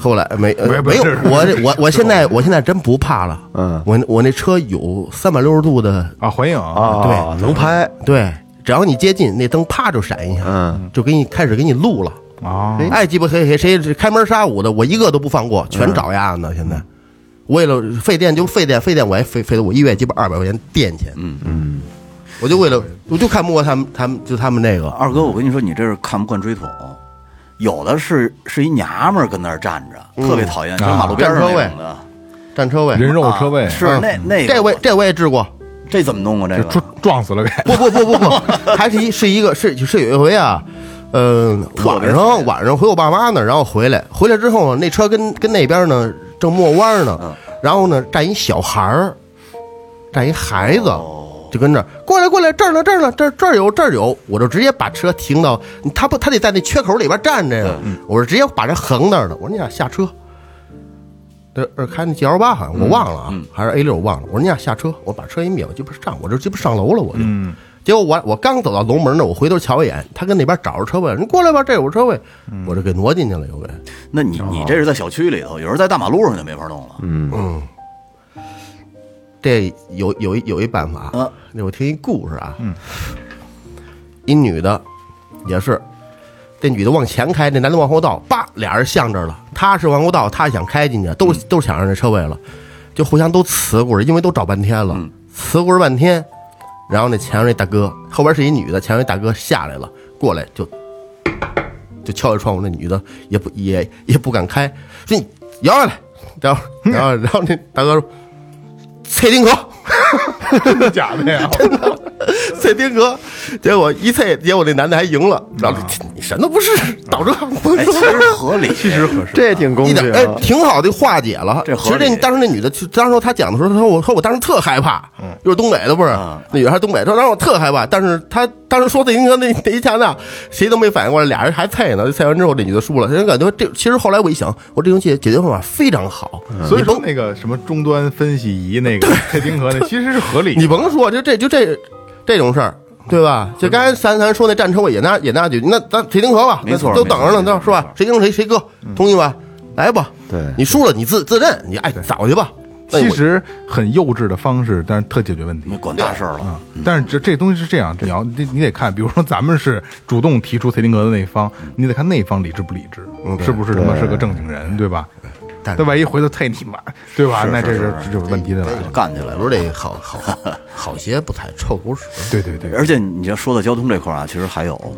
B: 后来没呃
A: 嗯没
B: 没有
A: 没事，
B: 我这我我现在我现在真不怕了。
C: 嗯，
B: 我我那车有三百六十度的，
A: 啊，环影啊，
C: 哦，能拍，
B: 对，只要你接近，那灯啪就闪一下，
C: 嗯，
B: 就给你开始给你录了。
A: 啊，
B: 爱鸡巴谁谁谁是开门杀我的，我一个都不放过，
A: 嗯
B: 全找丫的。现在为了费电就费电，费电我还费费了我一月鸡巴二百块钱电钱。嗯，我就为了我就看不过他们，他们就他们那个，
D: 二哥，我跟你说，你这是看不惯追桶。有的是是一娘们儿跟那儿站着，
B: 嗯
D: 特别讨
B: 啊
D: 厌，就是马路边上那种的。啊
B: 占车位。
A: 人肉车位，
D: 是
B: 嗯
D: 那那个
B: 这位这我也治过，
D: 这怎么弄啊？这
A: 就
D: 个
A: 撞撞死了给。
B: 不不不不不，还是一是一个是是有一回啊，呃，
D: 特别
B: 晚上晚上回我爸妈那儿，然后回来回来之后呢，那车跟跟那边呢正磨弯呢，然后呢站一小孩儿，站一孩子。就跟这儿过来过来，这儿呢这儿呢这儿这儿有这儿有，我就直接把车停到他不他得在那缺口里边站着呀，我是直接把这横那儿了。我说你俩下车，这呃开那 G L 八好像我忘了啊，还是 A 六我忘了。我说你俩下车，我把车一灭，我鸡巴上我这鸡巴上楼了我就。
A: 嗯，
B: 结果我我刚走到楼门那儿，我回头瞧一眼，他跟那边找着车位，你过来吧，这有车位，我这给挪进去了，又给。
D: 那你你这是在小区里头，有时候在大马路上就没法弄了。
B: 这有有一有一办法，
D: 嗯
B: 那我听一故事啊，一女的也是，这女的往前开，这男的往后倒，叭，俩人相这儿了，她是往后倒，她想开进去，都、都想让这车位了，就互相都呲咕着，因为都找半天了，呲咕着半天，然后那前面那大哥，后边是一女的，前面那大哥下来了，过来就就敲着窗户，那女的也不也也不敢开，说你摇下来，然后然后然后那大哥说，蔡丁口。
A: 真的假的呀？
B: 蔡丁格，结果一蔡，结果那男的还赢了，然后你什么都不是，导致
D: 啊哎，其实合理，其实合适。
C: 这也挺公
B: 一
C: 平
B: 点哎
C: 啊，，
B: 挺好的化解了。
D: 这
B: 其
D: 合
B: 实
D: 理
B: 这当时那女的，就当时她讲的时候，她说我说我当时特害怕，
D: 嗯
B: 又是东北的不是，
D: 啊
B: 那女孩是东北，她说当时我特害怕，但是她当时说这应该那那一刹那，谁都没反应过来，俩人还菜呢，菜完之后这女的输了，人感觉这其实后来我一想，我这种解解决方法非常好，
D: 嗯
A: 所以说那个什么终端分析仪，那个蔡丁格那其实是合理的。
B: 你甭说，就这就这这种事儿，对吧？就刚才咱咱说那战车，我也纳也纳句，那咱谁丁和吧，
D: 没错
B: 那都等着
D: 没错嗯
B: 呢，对吧是吧？谁赢谁谁割，同意吧？来吧，
C: 对
B: 你输了你自自认，你爱找去吧。那
A: 其
B: 我
A: 实很幼稚的方式，但是特解决问题
D: 你。管大事儿了，
A: 嗯但是这这东西是这样，你要你你得看，比如说咱们是主动提出蔡丁格的那一方，你得看那一方理智不理智，是不是他妈是个正经人，对吧？
B: 但
A: 那万一回头蔡你妈，对吧？那这是这就是问题的来
D: 就
A: 了。
D: 干起
B: 我
D: 来了。
B: 说这好好好好些不太臭狗屎，
A: 对对对，
D: 而且你要说到交通这块儿啊，其实还有，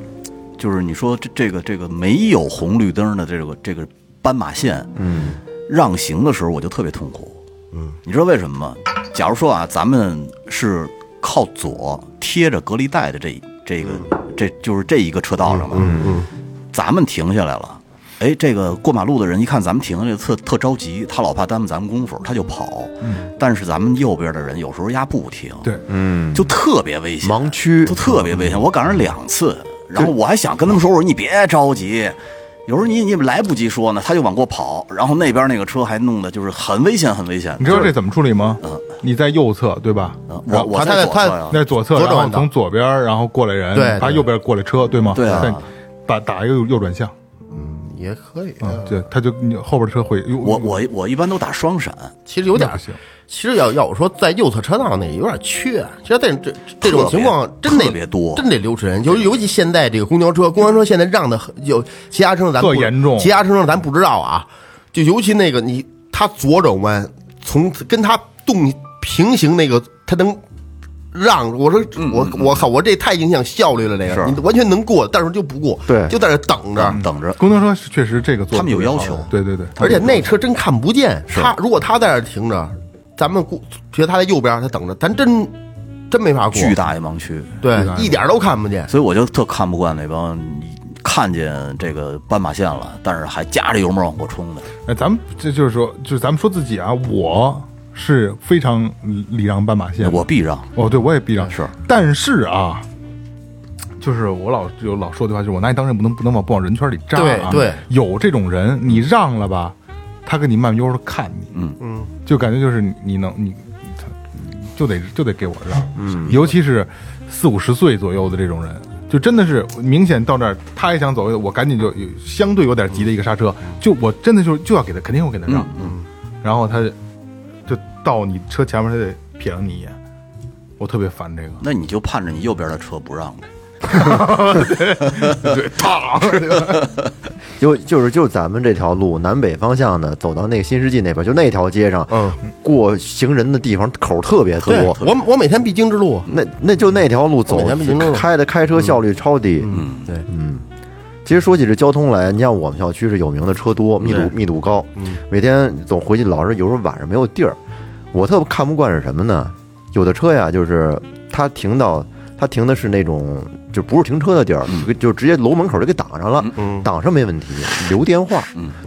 D: 就是你说这这个这个没有红绿灯的这个这个斑马线，嗯，让行的时候我就特别痛苦，嗯，你知道为什么吗？假如说啊，咱们是靠左贴着隔离带的这一这个这就是这一个车道上吧，嗯嗯，咱们停下来了。哎，这个过马路的人一看咱们停下来，特特着急，他老怕耽误咱们功夫，他就跑。但是咱们右边的人有时候压不停，
A: 对，
D: 就特别危险，
C: 盲区
D: 都特别危险。我赶上两次，然后我还想跟他们说，我说你别着急，有时候你你来不及说呢，他就往过跑，然后那边那个车还弄得就是很危险，很危险。
A: 你知道这怎么处理吗？你在右侧对吧？
D: 嗯
A: 然后
D: 我我
B: 他在
D: 在左侧啊呀，
A: 那左侧，
B: 左
A: 然
B: 转
A: 后
B: 道
A: 从左边，然后过来人，
B: 对对
A: 他右边过来车，对吗？
D: 对啊
A: 但打打一个右转向，
B: 也可以。啊
A: 嗯，对，他就你后边车会，
D: 我我我一般都打双闪，
B: 其实有点
A: 那不行，
B: 其实要要我说，在右侧车道那有点缺。其实在这这
D: 特
B: 种
D: 别
B: 情况真得
D: 特别多嗯
B: 真得留神。就是尤其现在这个公交车，公交车现在让的有其他车上咱不
A: 特严重
B: 其他车上咱不知道啊。就尤其那个你，他左转弯，从跟他动平行那个，他能让我说我我靠，我这太影响效率了。这个
D: 嗯是嗯
B: 你完全能过，但是就不过，
C: 对
B: 就在这等着。
D: 等着。
A: 公交车是确实这个做得
D: 他们有
A: 特别
D: 要
A: 好
D: 求
A: 对对对，
B: 而且那车真看不见，他如果他在那儿停着，咱们过觉得他在右边，他等着，咱真真没法过，
D: 巨大一盲区，
B: 对
A: 巨大，
B: 一点都看不见。
D: 所以我就特看不惯那帮你看见这个斑马线了，但是还夹着油门往过冲的。
A: 哎，咱们这就是说，就是咱们说自己啊，我是非常礼让斑马线，
D: 我避让，
A: 哦，对我也避让
D: 是，
A: 但是啊。就是我老就老说的话，就是我拿你当人不能不能往不往人圈里扎
B: 对
A: 啊！
B: 对
A: 有这种人，你让了吧，他跟你慢悠悠的看你，
D: 嗯
A: 嗯，就感觉就是你你能你就得就得给我让，嗯，尤其是四五十岁左右的这种人，就真的是明显到这儿，他也想走，我赶紧就有相对有点急的一个刹车，就我真的就就要给他，肯定我给他让，嗯，然后他就到你车前面，他得瞥了你一眼，我特别烦这个，
D: 那你就盼着你右边的车不让呗。
A: 对，啪，
C: 就就是就咱们这条路南北方向的，走到那个新世纪那边，就那条街上，
B: 嗯，
C: 过行人的地方口儿特别
B: 对
C: 多，
B: 我我每天必经之路，
C: 那那就那条路走
B: 每天必经之路，
C: 开的开车效率超低。嗯，
B: 对，
C: 其实说起这交通来，你像我们小区是有名的车多，密度密度高，每天总回去老是有时候晚上没有地儿。我特看不惯是什么呢？有的车呀，就是它停到它停的是那种就不是停车的地儿，就直接楼门口就给挡上了，挡上没问题，留电话。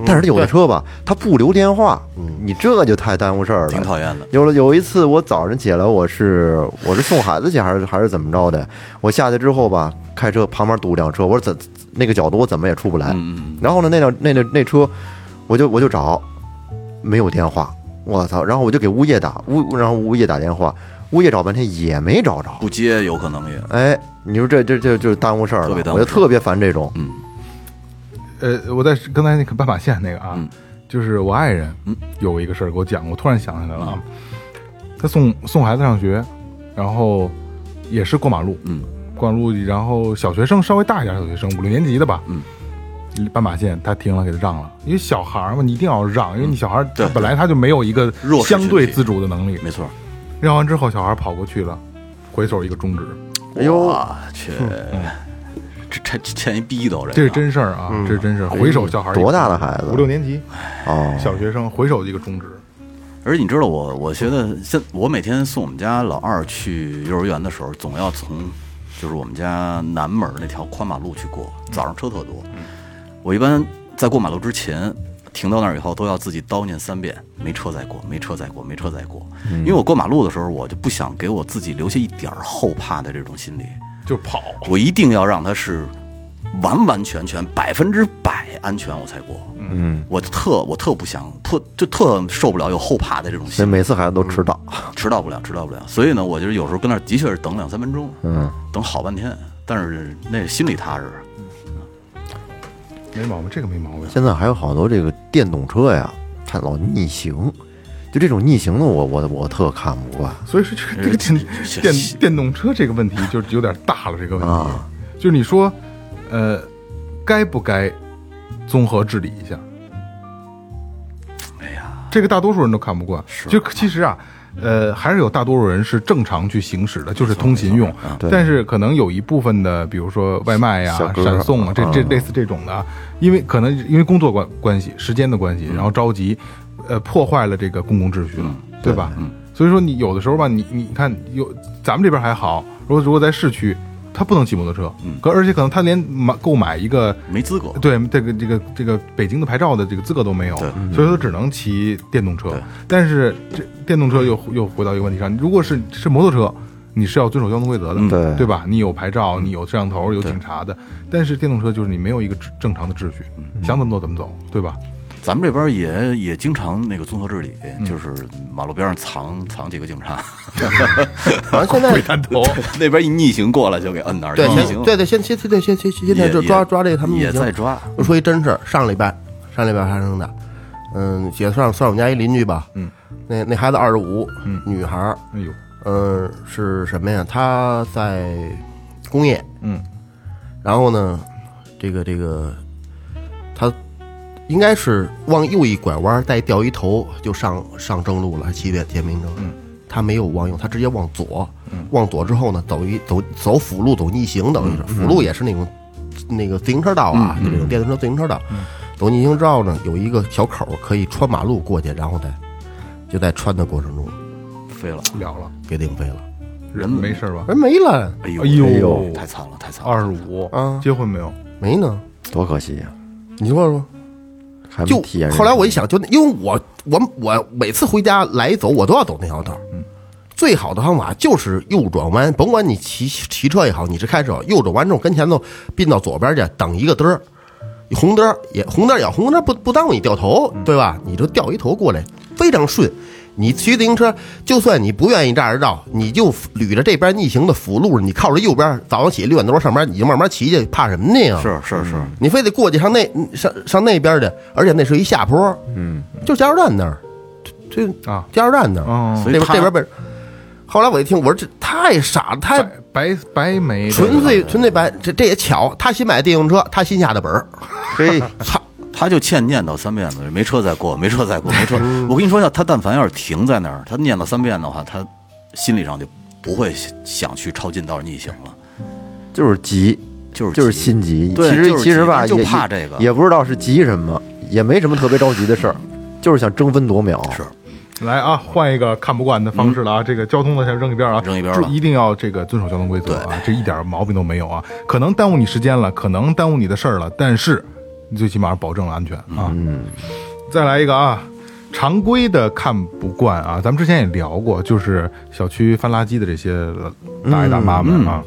C: 但是有的车吧，它不留电话，你这就太耽误事儿了，
D: 挺讨厌的。
C: 有了有一次，我早上起来，我是我是送孩子去还是还是怎么着的？我下去之后吧，开车旁边堵辆车，我说怎那个角度我怎么也出不
D: 嗯
C: 来。然后呢，那辆那那那车，我就我就找，没有电话，我操！然后我就给物业打物，然后物业打电话，物业找半天也没找着。
D: 不接有可能也，
C: 哎，你说这这这就耽误事儿
D: 特
C: 了
D: 别，耽误
C: 我就
D: 事儿
C: 特别烦这种。
D: 嗯，
A: 呃，我在刚才那个斑马线那个啊
D: 嗯，
A: 就是我爱人
D: 嗯
A: 有一个事儿给我讲，我突然想起来了啊，他送送孩子上学，然后也是过马路，
D: 嗯，
A: 过马路，然后小学生稍微大一点，小学生五六年级的吧，
D: 嗯。
A: 斑马线，他停了，给他让了，因为小孩儿嘛，你一定要让，因为你小孩儿
D: 嗯对
A: 他本来他就没有一个
D: 弱势群体
A: 相对自主的能力。
D: 没错。
A: 让完之后，小孩儿跑过去了，回手一个中指，
D: 哎呦， 去，这这这欠一逼斗，
A: 这
D: 个
A: 是真事儿啊，这是真
D: 哎
A: 事儿。回手小孩儿
C: 多大的孩子
D: 啊
A: 五六年级，
C: 哦，
A: 小学生回手一个中指，
D: 而且你知道我，我觉得现我每天送我们家老二去幼儿园的时候，总要从就是我们家南门那条宽马路去过。早上车特多，
A: 嗯
D: 我一般在过马路之前停到那儿以后，都要自己叨念三遍：没车再过，没车再过，没车再过。
A: 嗯
D: 因为我过马路的时候，我就不想给我自己留下一点儿后怕的这种心理，
A: 就跑。
D: 我一定要让它是完完全全百分之百安全，我才过。嗯，我特我特不想特就特受不了有后怕的这种
C: 所以
D: 心理。
C: 每次孩子都迟到。
D: 迟到不了，迟到不了。所以呢，我就是有时候跟那儿的确是等两三分钟，
C: 嗯，
D: 等好半天，但是那心里踏实。
A: 没毛病，这个没毛病。
C: 现在还有好多这个电动车呀，它老逆行，就这种逆行的我，我我特看不惯。
A: 所以说这个这个电
D: 哎这
A: 电
D: 这
A: 电动车这个问题就是有点大了，这个问题
C: 啊
A: 就是你说，呃，该不该综合治理一下？
D: 哎呀，
A: 这个大多数人都看不惯。就其实啊，呃，还是有大多数人是正常去行驶的，就是通勤用。但是可能有一部分的，比如说外卖呀、
C: 小哥
A: 闪送啊，这这类似这种的啊，因为可能因为工作关关系、时间的关系，然后着急，呃，破坏了这个公共秩序了，嗯对吧？所以说你有的时候吧，你你看有咱们这边还好，如果如果在市区。他不能骑摩托车，可而且可能他连买购买一个
D: 没资格。
A: 对，这个这个这个北京的牌照的这个资格都没有
D: 对，
A: 所以说只能骑电动车。但是这电动车又又回到一个问题上，如果是是摩托车，你是要遵守交通规则的，
C: 对
A: 嗯对嗯吧？你有牌照，你有摄像头，有警察的。但是电动车就是你没有一个正正常的秩序，想怎么走怎么走，对吧？
D: 咱们这边也也经常那个综合治理，
B: 嗯
D: 就是马路边上藏藏几个警察，
B: 反正现在
A: 探头
D: 那边一逆行过来就给摁那儿。
B: 对，
D: 逆
B: 现
D: 行
B: 对对，现现现现现现在
D: 也
B: 就抓
D: 也
B: 抓这个他们已
D: 也
B: 经
D: 在抓，
B: 我说一真事儿，上礼拜上礼拜发生的，嗯，也算算我们家一邻居吧，嗯，那那孩子二十五，
D: 嗯
B: 女孩儿，
A: 哎呦，
B: 嗯、是什么呀？她在工业，
A: 嗯，
B: 然后呢，这个这个，她应该是往右一拐弯儿，再掉一头就上上正路了，骑电电瓶车，嗯，她没有往右，她直接往左，往左之后呢，走一走走辅路，走逆行，等于是辅路也是那种那个自行车道啊，就那种电动车自行车道。走逆行之后呢，有一个小口儿可以穿马路过去，然后再就在穿的过程中
D: 飞了。
A: 了了，
B: 给顶飞了，
A: 人没事吧？
B: 人没了
D: 哎
A: 哎呦
D: 太惨了，太惨了。
A: 二十五，
B: 啊，
A: 结婚没有？
B: 没呢。
C: 多可惜呀、
B: 你说说，
C: 还没
B: 就
C: 体验人。
B: 后来我一想，就因为我我我每次回家来走，我都要走那条道。嗯，最好的方法就是右转弯，甭管你骑骑车也好，你是开车也好，右转弯之后跟前头并到左边去，等一个嘚儿，红灯儿也红灯儿也红灯儿不不耽误你掉头，
C: 嗯
B: 对吧？你就掉一头过来，非常顺。你骑自行车，就算你不愿意绕着绕，你就捋着这边逆行的辅路，你靠着右边，早上起六点多上班，你就慢慢骑去，怕什么呢呀？
D: 是是是，
B: 你非得过去上那上上那边去，而且那是一下坡，嗯，就加油站那儿，这这
A: 啊
B: 加油站那儿，
A: 哦
D: 所
B: 这
D: 以
B: 边
D: 他
B: 这边被。后来我一听，我说这太傻了，太
A: 白白白没
B: 纯粹纯粹白，这这也巧，他新买的电动车，他新下的本儿，
C: 嘿，
B: 操，
D: 他就欠念叨三遍了，没车再过，没车再过，没车。我跟你说，要他但凡要是停在那儿，他念叨三遍的话，他心理上就不会想去抄近道逆行了，
C: 就是急，
D: 就是
C: 就是
D: 急
C: 心急。
D: 对
C: 其实
D: 就是
C: 其实
D: 急
C: 吧，
D: 就
C: 也
D: 怕
C: 也
D: 这个
C: 也不知道是急什么，也没什么特别着急的事儿，就是想争分夺秒。
D: 是
A: 来啊，换一个看不惯的方式了啊！这个交通的先扔一边啊，
D: 嗯扔一边
A: 注
D: 吧
A: 一定要这个遵守交通规则啊，这一点毛病都没有啊。可能耽误你时间了，可能耽误你的事儿了，但是你最起码保证了安全啊。嗯，再来一个啊，常规的看不惯啊，咱们之前也聊过，就是小区翻垃圾的这些
D: 嗯
A: 大爷大妈们啊。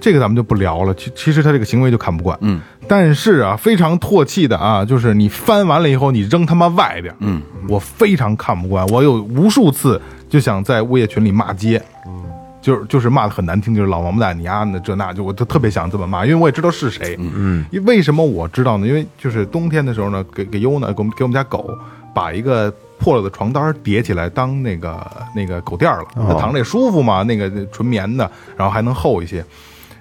A: 这个咱们就不聊了，其其实他这个行为就看不惯，
D: 嗯，
A: 但是啊，非常唾弃的啊，就是你翻完了以后，你扔他妈外边，嗯，我非常看不惯，我有无数次就想在物业群里骂街，嗯，就是就是骂的很难听，就是老王八蛋，你丫、的这那，就我就特别想这么骂，因为我也知道是谁，嗯，为什么我知道呢？因为就是冬天的时候呢，给给优呢，给我们给我们家狗把一个。破了的床单叠起来当那个那个狗垫儿了，它躺着也舒服嘛，那个纯棉的，然后还能厚一些。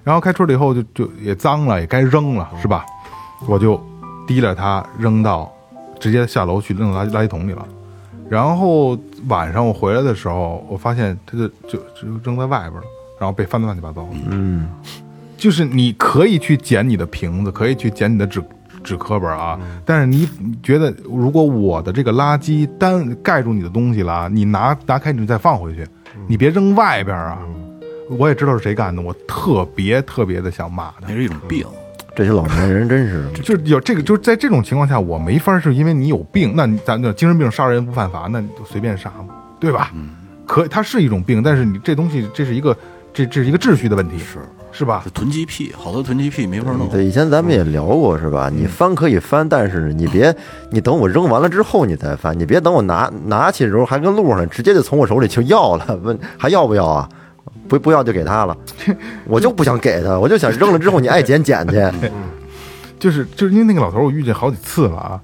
A: 然后开春了以后就就也脏了，也该扔了，是吧？我就提了它扔到，直接下楼去扔到垃圾垃圾桶里了。然后晚上我回来的时候，我发现它就就就扔在外边了，然后被翻得乱七八糟。嗯，就是你可以去捡你的瓶子，可以去捡你的纸纸壳本啊，但是你你觉得如果我的这个垃圾单盖住你的东西了啊，你拿拿开你再放回去，你别扔外边啊。我也知道是谁干的，我特别特别的想骂他
D: 那。是一种病。
C: 这些老年人真是
A: 就是有这个，就是在这种情况下，我没法是因为你有病，那你咱就精神病杀人不犯法，那你就随便杀嘛，对吧？可它是一种病，但是你这东西这是一个这这是一个秩序的问题，是是吧？
D: 囤积癖，好多囤积癖没法弄。
C: 对，以前咱们也聊过是吧？你翻可以翻，但是你别，你等我扔完了之后你再翻，你别等我拿拿起的时候还跟路上呢，直接就从我手里就要了，问还要不要啊？不不要就给他了，我就不想给他，我就想扔了之后你爱捡捡去。
A: 就是就是因为那个老头儿，我遇见好几次了啊。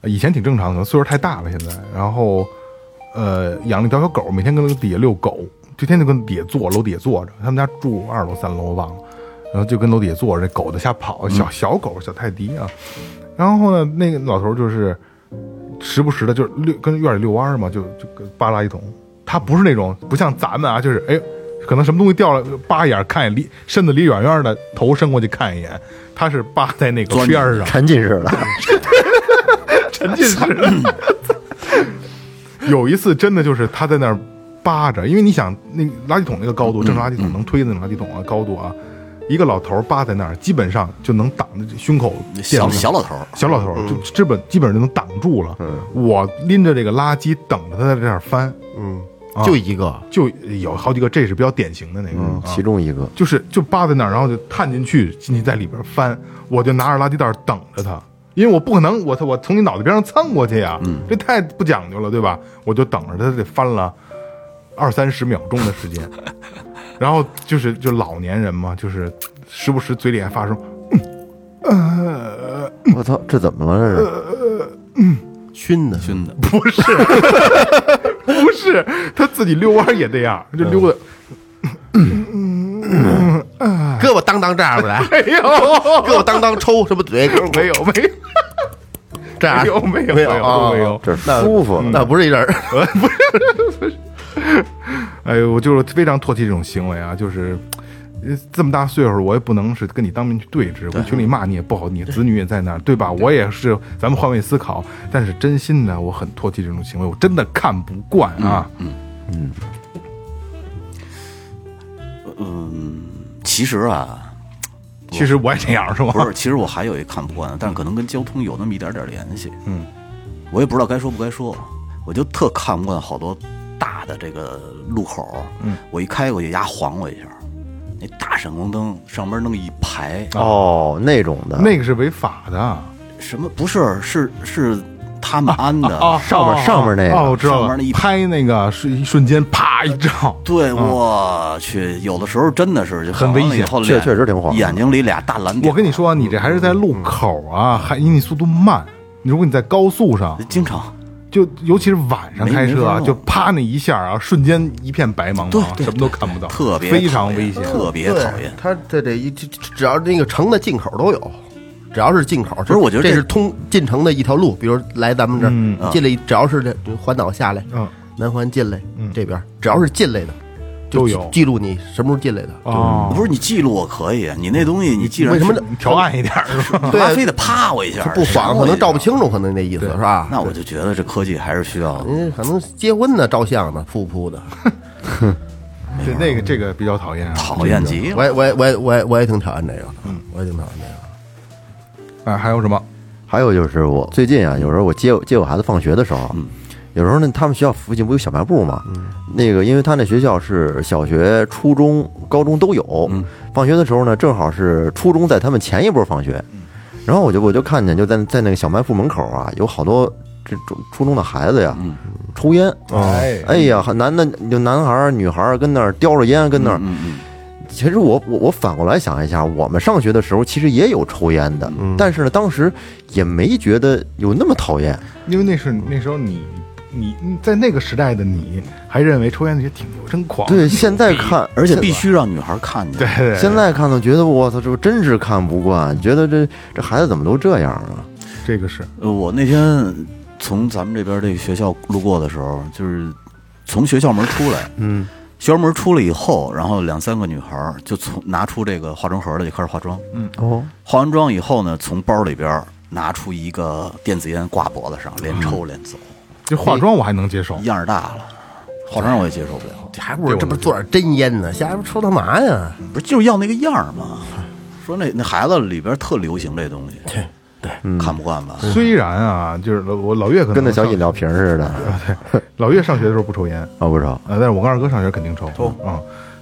A: 呃以前挺正常的，可能岁数太大了，现在。然后，呃，养了一条小狗，每天跟那个底下遛狗，就天天跟底下坐，楼底下坐着。他们家住二楼、三楼，我忘了。然后就跟楼底下坐着，这狗在瞎跑，小小狗，小泰迪啊。然后呢，那个老头儿就是时不时的，就是遛跟院里遛弯儿嘛，就就跟扒拉一桶。他不是那种不像咱们啊，就是哎，可能什么东西掉了，扒一眼看一眼，离身子离远远的，头伸过去看一眼。他是扒在那个边儿上，
C: 沉浸式的，
A: 沉浸式的。 有一次真的就是他在那儿扒着，因为你想那垃圾桶那个高度，正常垃圾桶能推的那种垃圾桶啊高度啊，一个老头儿扒在那儿，基本上就能挡着胸口
B: 嗯
A: 见
D: 小
A: 不着
D: 小老头儿，
A: 小老头儿就基本基本上就能挡住了。我拎着这个垃圾等着他在这儿翻，
B: 嗯
A: 啊，
B: 就一个，
A: 就有好几个，这是比较典型的那个。
C: 嗯，
A: 啊
C: 其中一个
A: 就是就扒在那儿，然后就探进去，进去在里边翻，我就拿着垃圾袋等着他，因为我不可能我我从你脑袋边上蹭过去呀、这太不讲究了，对吧？我就等着他得翻了二三十秒钟的时 间，然后就是就老年人嘛，就是时不时嘴里还发出
C: 我操，这怎么了？这是
B: 熏的，
D: 熏的，
A: 不是 不是，他自己遛弯儿也这样，就溜达。
B: 胳膊当当这样不来，
A: 哎呦，
B: 胳膊当当抽什么嘴，胳膊
A: 没有没有
B: 这样
A: 没有没有啊
B: 没
A: 没
B: 有
A: 有没有，
C: 这舒服，
B: 那嗯不是一人儿，
A: 哎呦，我就是非常唾弃这种行为啊，就是。呃这么大岁数，我也不能是跟你当面去对峙，我群里骂你也不好，你子女也在那儿，对吧？我也是，咱们换位思考。但是真心的，我很唾弃这种行为，我真的看不惯啊。
D: 嗯其实啊，
A: 其实我也这样，是吗？
D: 不是，其实我还有一看不惯的，但是可能跟交通有那么一点点联系。嗯，我也不知道该说不该说，我就特看不惯好多大的这个路口。嗯，我一开过去，丫晃我一下，那大闪光灯上面弄一排，
C: 哦，那种的，
A: 那个是违法的，
D: 什么不是是是他们安的。
C: 上面
A: 哦
C: 上面那个
A: 哦，我知道
D: 上面
A: 了
D: 那，一
A: 拍那个瞬一瞬间，啪一照，
D: 对，我去，有的时候真的是就
A: 嗯很
D: 晃完
A: 危
D: 了以
A: 险
D: 后
C: 确
D: 脸
C: 确实挺晃的
D: 眼睛里俩大蓝点。
A: 我跟你，说，啊你这还是在路口啊，还因为你速度慢，你如果你在高速上，
D: 经
A: 哦
D: 常
A: 就尤其是晚上开车啊，
D: 没没法弄
A: 就啪那一下啊，瞬间一片白茫茫，
D: 对对
A: 什么都看不到，
D: 特别
A: 非常
D: 讨厌
A: 危险。
D: 特别讨厌。
B: 他这这一只只要那个城的进口都有，只要是进口，不
D: 是我觉得
B: 这啊
D: 这
B: 是通进城的一条路，比如来咱们这儿进来一，只要是这就环岛下来，
A: 嗯，
B: 南环进来，这边只要是进来的，就
A: 都
B: 记
A: 有
B: 记录你什么时候进来的。
A: 哦，
D: 不是你记录我可以，你那东西你既
B: 嗯
D: 然
B: 为什么
D: 是
B: 呢？
A: 调暗一点儿是吧？
B: 对啊
D: 妈非得啪我一下，
B: 不
D: 闪
B: 爽，
D: 我
B: 可
D: 一
B: 能照
D: 下
B: 不清楚，可能哦那意思是吧？
D: 那我就觉得这科技还是需要
B: 人家可能结婚呢，照相呢，噗噗的。
A: 嗯对，那个这个比较讨厌啊。
D: 讨厌极了。
B: 我也我也我也我也我也挺讨厌这个，嗯，我也挺讨厌这个。
A: 哎，还有什么？
C: 还有就是我最近啊，有时候我接接我孩子放学的时候，有时候呢，他们学校附近不有小卖部嘛？那个，因为他那学校是小学、初中、高中都有，放学的时候呢，正好是初中在他们前一波放学，然后我就我就看见就在在那个小卖部门口啊，有好多这初初中的孩子呀，抽烟，
A: 哎
C: 哎呀，男的就男孩儿、女孩儿跟那儿叼着烟，跟那儿。
B: 嗯
C: 其实我我我反过来想一下，我们上学的时候其实也有抽烟的，
D: 嗯
C: 但是呢，当时也没觉得有那么讨厌。
A: 因为那是那时候你你你在那个时代的你还认为抽烟那些挺牛真狂，
C: 对，现在看，
D: 而且
C: 现
D: 哦必须让女孩看见。
A: 对对，
C: 现在看呢，觉得我操，这真是看不惯，觉得这这孩子怎么都这样啊？
A: 这个是
D: 呃我那天从咱们这边这个学校路过的时候，就是从学校门出来，
C: 嗯，
D: 学校门出来以后，然后两三个女孩儿就从拿出这个化妆盒来就开始化妆，
B: 嗯
C: 哦，
D: 化完妆以后呢，从包里边儿拿出一个电子烟挂脖子上，连抽连走，
A: 就化妆我还能接受，
D: 样儿大了，化妆我也接受不了，
B: 还不如这不做点真烟呢，瞎抽他嘛呀？
D: 不是就是要那个样儿吗？说那那孩子里边儿特流行这东西，对对，看不惯吧？
A: 虽然啊，就是老我老岳可能
C: 跟那小
A: 上
C: 饮料瓶似的啊，
A: 老岳上学的时候不抽烟，
C: 不
D: 啊
C: 知道，
A: 呃，但是我跟二哥上学肯定抽抽啊、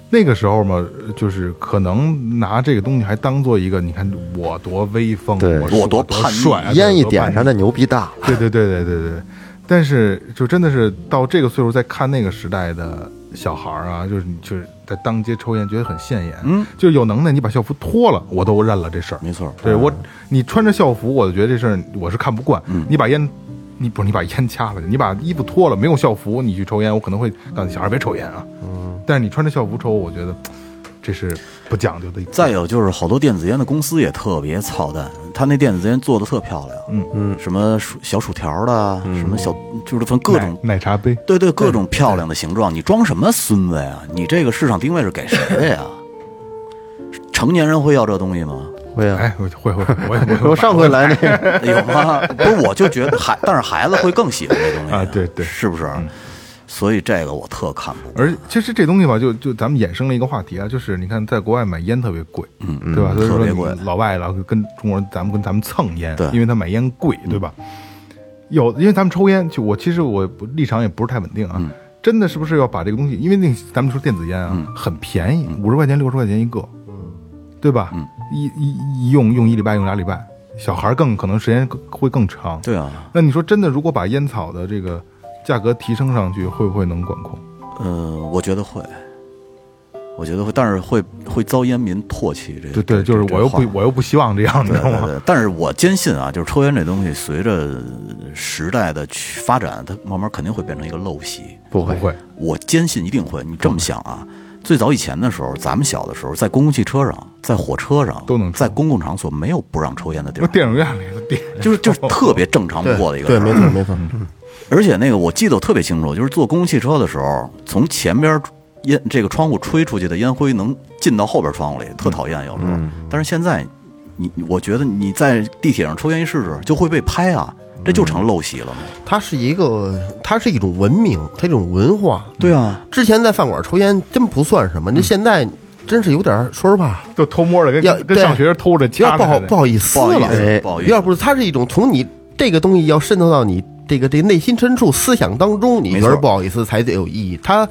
A: 那个时候嘛，就是可能拿这个东西还当做一个，你看我多威风，
C: 对
A: 我是
D: 我多
A: 多
D: 叛逆
A: 帅啊，
C: 烟一
A: 我多
C: 点
A: 叛
C: 上，那牛逼大了。
A: 逆，对对对对对对。但是就真的是到这个岁数再看那个时代的小孩儿啊，就是你就是在当街抽烟，觉得很现眼，嗯，就有能耐你把校服脱了，我都认了这事儿，
D: 没错，
A: 对我，你穿着校服，我就觉得这事儿我是看不惯。
D: 嗯
A: 你把烟，你不是你把烟掐了，你把衣服脱了，没有校服你去抽烟，我可能会告诉你小孩别抽烟啊。嗯，但是你穿着校服抽，我觉得这是不讲究的一。
D: 再有就是好多电子烟的公司也特别操蛋，他那电子烟做的特漂亮，嗯嗯，什么薯小薯条的，啊什么小就是从各种。
A: 奶奶茶杯，
D: 对对，各种漂亮的形状，你装什么孙子呀？你这个市场定位是给谁的呀？成年人会要这东西吗？
C: 会啊，
A: 哎，我会会，我 也我
C: 我上回来那个。
D: 有吗？ 不是，我就觉得孩，但是孩子会更喜欢这东西
A: 啊对对
D: 是不是？所以这个我特看不惯。
A: 而其实这东西吧，就就咱们衍生了一个话题啊，就是你看，在国外买烟特别贵，嗯，对吧？所以
D: 特
A: 说
D: 别
A: 你
D: 贵
A: 老外老跟中国人，咱们跟咱们蹭烟，
D: 对嗯
A: 因为他买烟贵，对吧？有，因为咱们抽烟，就我其实我不立场也不是太稳定啊。
D: 嗯
A: 真的是不是要把这个东西？因为那咱们说电子烟啊，很便宜，
D: 嗯
A: 五十块钱、六十块钱一个，对吧？一一一用用一礼拜，用俩礼拜，小孩儿更可能时间更会更长。
D: 对啊，
A: 那你说真的，如果把烟草的这个价格提升上去，会不会能管控？
D: 呃，我觉得会，我觉得会，但是会会遭烟民唾弃。这
A: 对对，
D: 这
A: 就是
D: 这
A: 我又不
D: 这话
A: 我又不希望这样，你知道
D: 对
A: 吗？
D: 对，但是我坚信啊，就是抽烟这东西，随着时代的去发展，它慢慢肯定会变成一个陋习。
C: 不
A: 不
C: 会，
A: 会，
D: 我坚信一定会。你这么想啊？最早以前的时候，咱们小的时候，在公共汽车上、在火车上
A: 都能抽哦
D: 在公共场所没有不让抽烟的地
A: 那
D: 儿，
A: 电影院里的电
D: 就是就是特别正常不过的一个
B: 对，
D: 事儿。
B: 没错没错，
D: 而且那个我记得我特别清楚，就是坐公共汽车的时候，从前边烟这个窗户吹出去的烟灰能进到后边窗户里，特讨厌有时候。
B: 嗯
D: 但是现在，你我觉得你在地铁上抽烟一试试，就会被拍啊，这就
B: 嗯
D: 成陋习了嘛。
B: 它是一个，它是一种文明，它一种文化。
D: 对啊，
B: 之前在饭馆抽烟真不算什
A: 嗯
B: 么，那现在真是有点儿，说实话，
A: 就偷摸的，
B: 要
A: 跟跟
B: 对
A: 上学时偷着
B: 有
A: 掐
B: 点不好不
A: 好，
B: 好意思
D: 不好意
B: 了。
D: 思，
C: 哎
D: 不好意思，
B: 要不是它是一种从你这个东西要渗透到你这个这个内心深处思想当中，你
D: 没
B: 觉得
D: 错
B: 不好意思才得有意义。它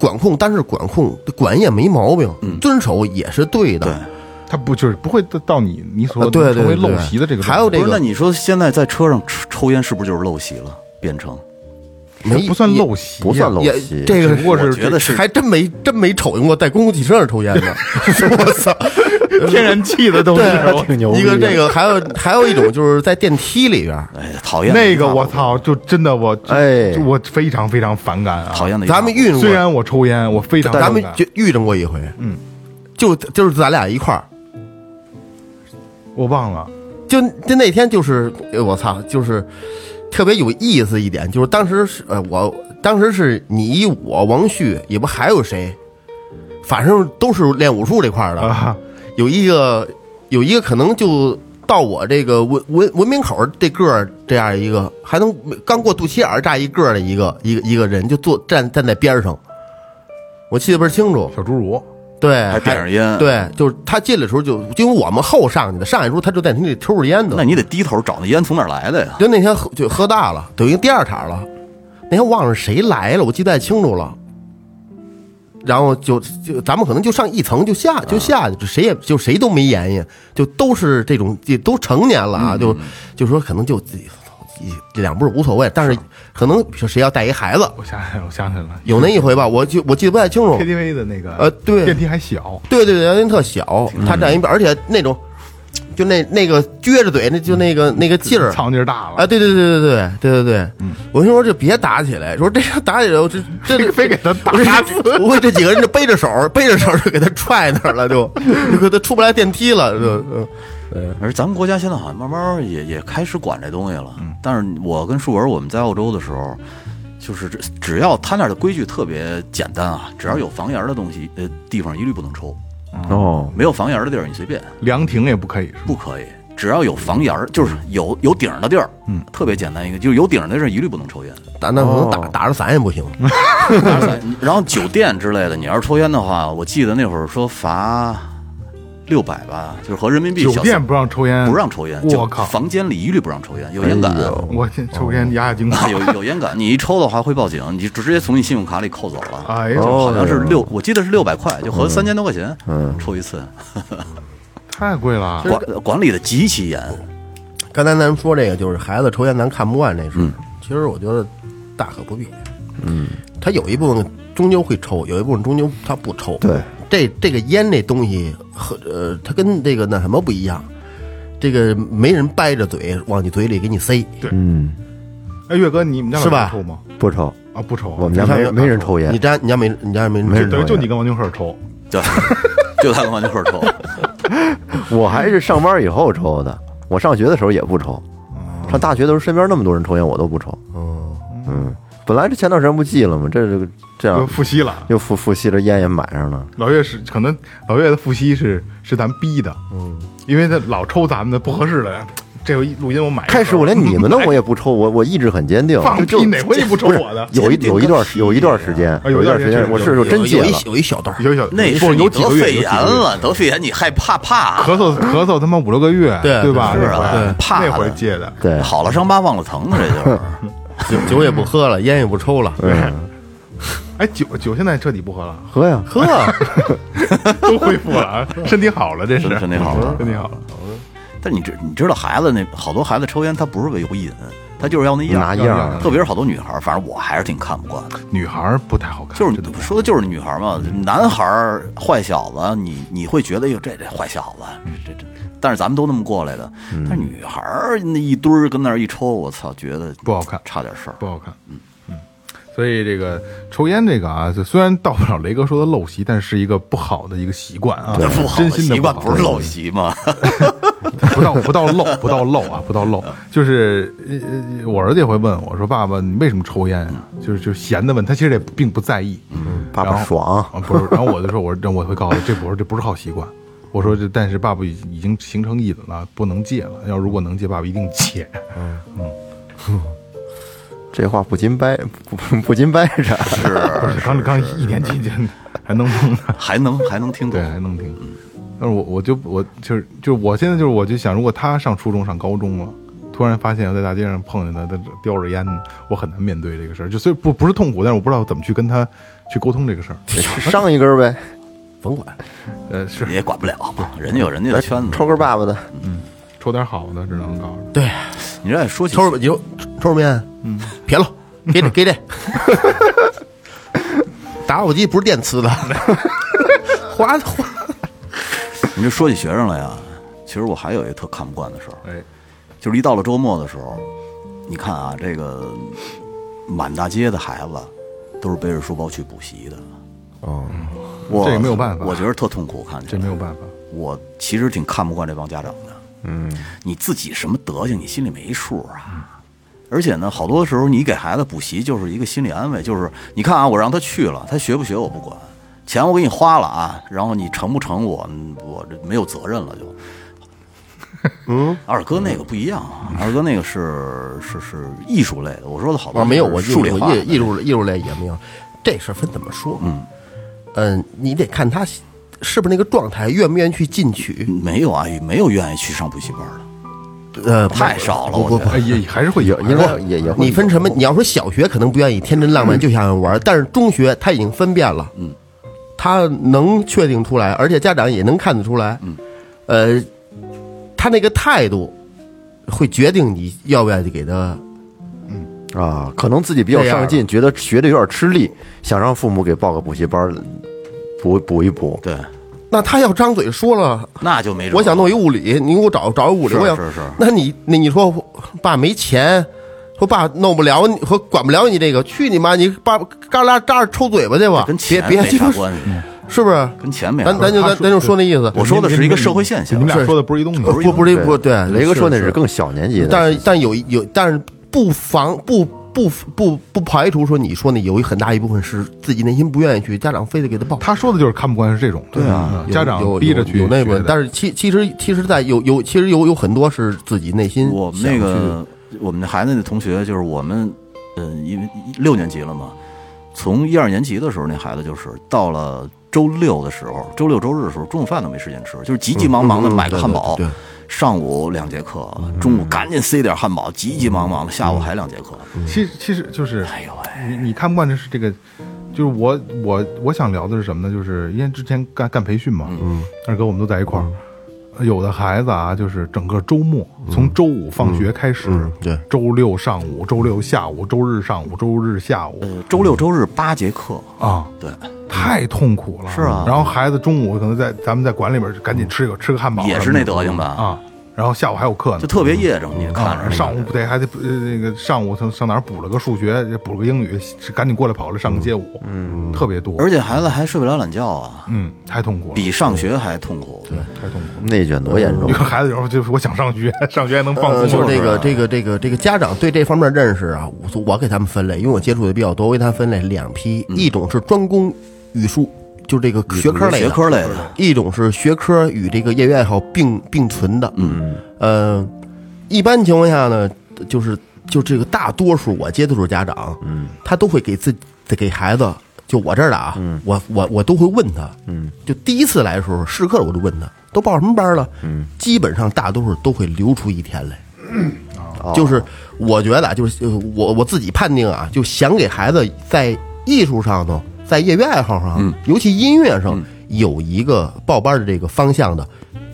B: 管控，但是管控管也没毛病，
D: 嗯
B: 遵守也是对的。
D: 对。
A: 他不就是不会到你你
B: 啊
A: 所
B: 对对
A: 成为
B: 对
A: 陋习的这个状态，
B: 还有这
D: 不是，那
B: 个
D: 你说现在在车上抽抽烟是不是就是陋习了？变成
B: 没
A: 不算
B: 也
A: 陋习，啊
C: 不算陋
B: 也
C: 习
B: 这个
A: 只不过是
D: 我觉得是
B: 还真没真没瞅见过在公共汽车上抽烟 的，我操！
A: 天然气的东西。
B: 对，
A: 我
B: 一个这个，还有还有一种就是在电梯里边儿，
D: 哎，讨厌
A: 那个我，操，就真的我
C: 哎
A: 就我非常非常反感啊！
D: 讨厌的一塌
B: 咱
D: 糊涂。
B: 们遇上
A: 虽
B: 过，
A: 然我抽烟，我非常
B: 啊咱们
A: 反感
B: 就遇上过一回，
A: 嗯，
B: 就就是咱俩一块儿，
A: 我忘了，
B: 就就那天就是，哎我操，就是特别有意思一点，就是当时是呃，我当时是你我王旭，也不还有谁，反正都是练武术这块儿的，
A: 啊，
B: 有一个有一个可能就到我这个文文文明口这个儿这样一个，还能刚过肚脐眼儿这样一个儿的一个一个一个人，就坐站站在边上，我记得倍儿清楚。
A: 小侏儒，
B: 对，
D: 还点上烟，，
B: 对，就是他进来的时候就，因为我们后上去的，上去的时候他就在那里抽着烟
D: 那
B: 的。
D: 你得低头找那烟从哪儿来的呀？
B: 就那天喝就喝大了，等于第二场了。那天忘了谁来了，我记不太清楚了。然后就就咱们可能就上一层就下就下去，就谁也就谁都没言语，就都是这种也都成年了啊，就就说可能就自己一两步无所谓，但是可能比如说谁要带一孩子，
A: 我想起来了，我想起来了，
B: 有那一回吧，我就我记得不太清楚。
A: KTV 的那个
B: 呃对
A: 电梯还小，
B: 对对对，辽宁特小，他站一边，而且那种就那那个撅着嘴，那就那个那个劲儿。
A: 苍劲儿大了
B: 啊，，对对对对对对对对，我跟你说这别打起来，说这要打起来，我这这
A: 非给他 打
B: 呃我 这我这几个人就背着手，背着手就给他踹那儿了，就 就给他出不来电梯了，就嗯
D: 而咱们国家现在好像慢慢也也开始管这东西了。
A: 嗯
D: 但是我跟树文我们在澳洲的时候，就是只只要他那儿的规矩特别简单啊，只要有房檐儿的东西，呃，地方一律不能抽，
C: 哦，
D: 没有房檐儿的地儿你随便，
A: 凉亭也不可以，
D: 不可以。只要有房檐儿，就是
A: 嗯
D: 有有顶儿的地儿，嗯，特别简单一个，就是有顶儿的地儿一律不能抽 烟。
B: 打那可能打
C: 哦
B: 打着伞也不行，
D: 然后酒店之类的，你要是抽烟的话，我记得那会儿说罚六百吧，就是合人民币
A: 酒
D: 小
A: 店不让抽烟，
D: 不让抽烟，
A: 我
D: 就
A: 靠哎
D: 房间里一律不让抽烟，有烟感。
C: 哎
A: 我这抽烟压压 惊
D: 啊，
A: 恐，
D: 有有烟感，你一抽的话会报警，你就直接从你信用卡里扣走了。
A: 哎呦，
C: 哦
D: 好像是六，我记得是六百块，就合三千多块钱，嗯，抽一次。
A: 太贵了，
D: 管管理的极其严，
B: 刚才咱们说这个，就是孩子抽烟咱看不惯这事儿。其实我觉得大可不必。嗯，他有一部分终究会抽，有一部分终究他不抽。
C: 对，
B: 这这个烟这东西和呃，它跟这个那什么不一样。这个没人掰着嘴往你嘴里给你塞，
C: 嗯，
A: 哎，岳哥，你们家老
B: 是吧
A: 人抽吗？
C: 不抽，
A: 啊，不抽啊，
C: 我们家没没人抽
B: 你
C: 烟，
B: 家你家没你家没人
C: 没人
A: 等于
C: 抽
A: 就
C: 烟
A: 你跟王金鹤抽，
D: 对， 就他往那会儿抽。
C: 我还是上班以后抽的。我上学的时候也不抽，上大学的时候身边那么多人抽烟，我都不抽。
B: 嗯，
C: 嗯，本来这前段时间不戒了吗？这这
D: 啊
C: 这
A: 就
C: 样
A: 复吸了。
C: 又复复吸了，烟也买上了。
A: 老岳是可能老岳的复吸是是咱逼的，嗯，因为他老抽咱们的不合适的，这回录音我买一份儿。
C: 开始我连你们的我也不抽，我我意志很坚定。
A: 放
C: 就
A: 屁，哪回你不抽我的？
C: 有一有一段有一段时间，
A: 有
C: 一
A: 一段
C: 段时
A: 时
C: 间
A: 间
C: 我是真
B: 有
C: 戒
B: 一
C: 了。
B: 有一小段儿，
A: 有小
D: 那
A: 不
D: 是
A: 有
D: 你
A: 几
D: 得
A: 个月
D: 肺
A: 有几
D: 炎
A: 个月嗯
D: 了，得肺炎你还怕啊怕？
A: 咳嗽咳嗽他妈五六个月，
B: 对
A: 吧？
D: 是啊
A: 那回
D: 对怕的
A: 那回戒的，
C: 对，
D: 好了伤疤忘了疼，啊 这就是。
B: 酒酒也不喝了，烟也不抽了，
C: 嗯，
A: 哎，酒酒现在彻底不喝了，
C: 喝呀，
B: 喝
A: 都恢复了啊，身体好了，这是
D: 身身体好了
A: 身体好了。
D: 但你知你知道孩子那好多孩子抽烟，他不是为瘾，他就是要那样
C: 拿
D: 儿。
C: 样儿。
D: 特别是好多女孩儿，反正我还是挺看不惯的。
A: 女孩儿不太好看，
D: 就是
A: 真的不太
D: 你
A: 好
D: 说的就是女孩儿嘛，男孩儿坏小子，你你会觉得哟这这坏小子，这这，但是咱们都那么过来的。
A: 嗯
D: 但是女孩儿那一堆儿跟那儿一抽，我操，觉得
A: 不好看
D: 差点事儿。
A: 不好看。嗯所以这个抽烟这个啊，就虽然到不了雷哥说的陋习，但是一个不好的一个习惯啊，
D: 不好
A: 真
D: 的
A: 心的
D: 习惯
A: 不好嗯
D: 不是陋习吗？
A: 不到不 到漏，不到漏啊，不到漏，
D: 嗯
A: 就是呃，呃我儿子也会问我说：“爸爸，你为什么抽烟啊？”
D: 嗯
A: 就是就是闲的问他，其实也并不在意。嗯，
C: 爸爸爽
A: 啊，不是。然后我就说：“我说我会告诉他，这不是这不是好习惯。”我说：“这但是爸爸已已经形成瘾了，不能戒了。要如果能戒，爸爸一定戒。
C: 这话不禁掰，不不不禁掰着。
A: 不是刚刚一年级就 还能弄呢。”
D: 还能还能听
A: 对，
D: 懂？
A: 还能听。但是我我就我就是就是我现在就是我就想，如果他上初中上高中了，突然发现要在大街上碰见他，他叼着烟呢，我很难面对这个事儿。就虽不不是痛苦，但是我不知道怎么去跟他去沟通这个事儿。
C: 上一根呗，
B: 甭管，
A: 呃，是
D: 你也管不了，人家有人家的圈子
C: 抽。根爸爸的。
A: 抽点好的，只能告诉
B: 对，
D: 你这说起
B: 抽着你就抽着烟，嗯，撇了，给这给这，打火机不是电磁 的，花花
D: 你这说起学生来呀，其实我还有一个特看不惯的事儿，
A: 他。哎，
D: 就是一到了周末的时候，你看啊，这个满大街的孩子都是背着书包去补习的。
C: 哦，
D: 我
A: 这个没有办法
D: 我觉得特痛苦。看起
A: 这
D: 来
A: 没有办法。
D: 我其实挺看不惯这帮家长的。嗯，你自己什么德行，你心里没数啊。而且呢，好多时候你给孩子补习就是一个心理安慰，就是你看啊，我让他去了，他学不学我不管，钱我给你花了啊，然后你成不成我我这没有责任了就。嗯，二哥那个不一样啊，二哥那个是是是艺术类的，我说的好多
B: 我啊没有，我
D: 是数理化
B: 我
D: 的
B: 艺艺术艺术类也没有。这事儿分怎么说？嗯嗯，你得看他是不是那个状态，愿不愿意去进取。
D: 没有啊，没有愿意去上补习班的。
B: 呃，
D: 太少了
B: 不
D: 我
B: 不
D: 觉
B: 不
D: 得
A: 哎也还是会有，
C: 应该也也会
B: 你分什么？你要说小学可能不愿意，天真浪
D: 嗯
B: 漫就想玩，但是中学他已经分辨了，嗯，他能确定出来，而且家长也能看得出来，嗯，呃，他那个态度会决定你要不要给他，
C: 啊，可能自己比较上进，觉得学的有点吃力，想让父母给报个补习班儿，补补一补。
D: 对，
B: 那他要张嘴说了。
D: 那就没辙。
B: 我想弄一物理，你给我找找一物理，
D: 是
B: 我想
D: 是是
B: 那你那你说爸没钱，说爸弄不了你，说管不了你这个，去你妈！你爸嘎啦扎着抽嘴巴去吧，
D: 跟
B: 啊别
D: 钱
B: 别嗯
D: 没
B: 鸡
D: 啥
B: 巴，
D: 关系，
B: 是不是？
D: 跟钱没啥
B: 咱
D: 关
B: 咱
D: 系。
B: 就
A: 他
B: 咱咱就说那意思，
D: 我说的是一个社会现象
A: 你们俩说的不是一东西。
B: 嗯不呃不是不对，
C: 雷哥说那
B: 是
C: 是，更小年级的，
B: 但是但有有但是不防不不不不排除说你说那有一很大一部分是自己内心不愿意去，家长非得给他报。
A: 他说的就是看不惯是这种，对啊
B: 有
A: 家长
B: 有
A: 逼着去
B: 有有那
A: 学
B: 部分
A: 的，
B: 但是其其实其实，在有有其实有有很多是自己内心
D: 我们那个我们那孩子那同学，就是我们，嗯，因为六年级了嘛，从一二年级的时候，那孩子就是到了周六的时候，周六周日的时候，中午饭都没时间吃，就是急急忙忙的买个汉堡，
B: 嗯对对嗯
D: 上午两节课，中午赶紧塞点汉堡，急急忙忙的，下午还两节课。
B: 嗯
A: 其实其实就是，
D: 哎呦喂，
A: 你你看不惯的是这个，就是我我我想聊的是什么呢？就是因为之前干干培训嘛，嗯，二哥我们都在一块儿。
D: 嗯
A: 有的孩子啊，就是整个周末，从周五放学开始，
B: 对，
A: 周六上午、周六下午、周日上午、周日下午
D: 呃，周六周日八节课，
A: 啊，
D: 对，
A: 太痛苦了。
D: 嗯是啊
A: 然后孩子中午可能在咱们在馆里边赶紧吃个吃个汉堡什么
D: 也
A: 的，
D: 是那德行
B: 嗯
D: 吧，
A: 啊，然后下午还有课
D: 就
A: 呢。
D: 特别业障，你看着
A: 上午不得还得呃那个上午上上哪儿补了个数学，补了个英语，赶紧过来跑了上个街舞，嗯，特别多，
D: 而且孩子还睡不了懒觉啊，
A: 嗯太痛苦了，
D: 比上学还痛苦。对，
A: 太痛苦了。
C: 内卷多严 重
A: 有个孩子有时候就是我想上学，上学还能放
B: 呃，
A: 松，
B: 就是这个这个这个这个家长对这方面认识啊，我我给他们分类，因为我接触的比较多，我给他们分类两批，一种是专攻语数，就是这个学科类的
D: 学科类的，
B: 一种是学科与这个业余爱好并并存的，嗯，呃，一般情况下呢，就是就这个大多数我接触的家长，嗯，他都会给自己给孩子，就我这儿的啊，我我我都会问他，嗯，就第一次来的时候试课我就问他，都报什么班了，嗯，基本上大多数都会留出一天来。就是我觉得啊，就是呃我我自己判定啊，就想给孩子在艺术上头，在业余爱好上，尤其音乐上、有一个报班的这个方向的，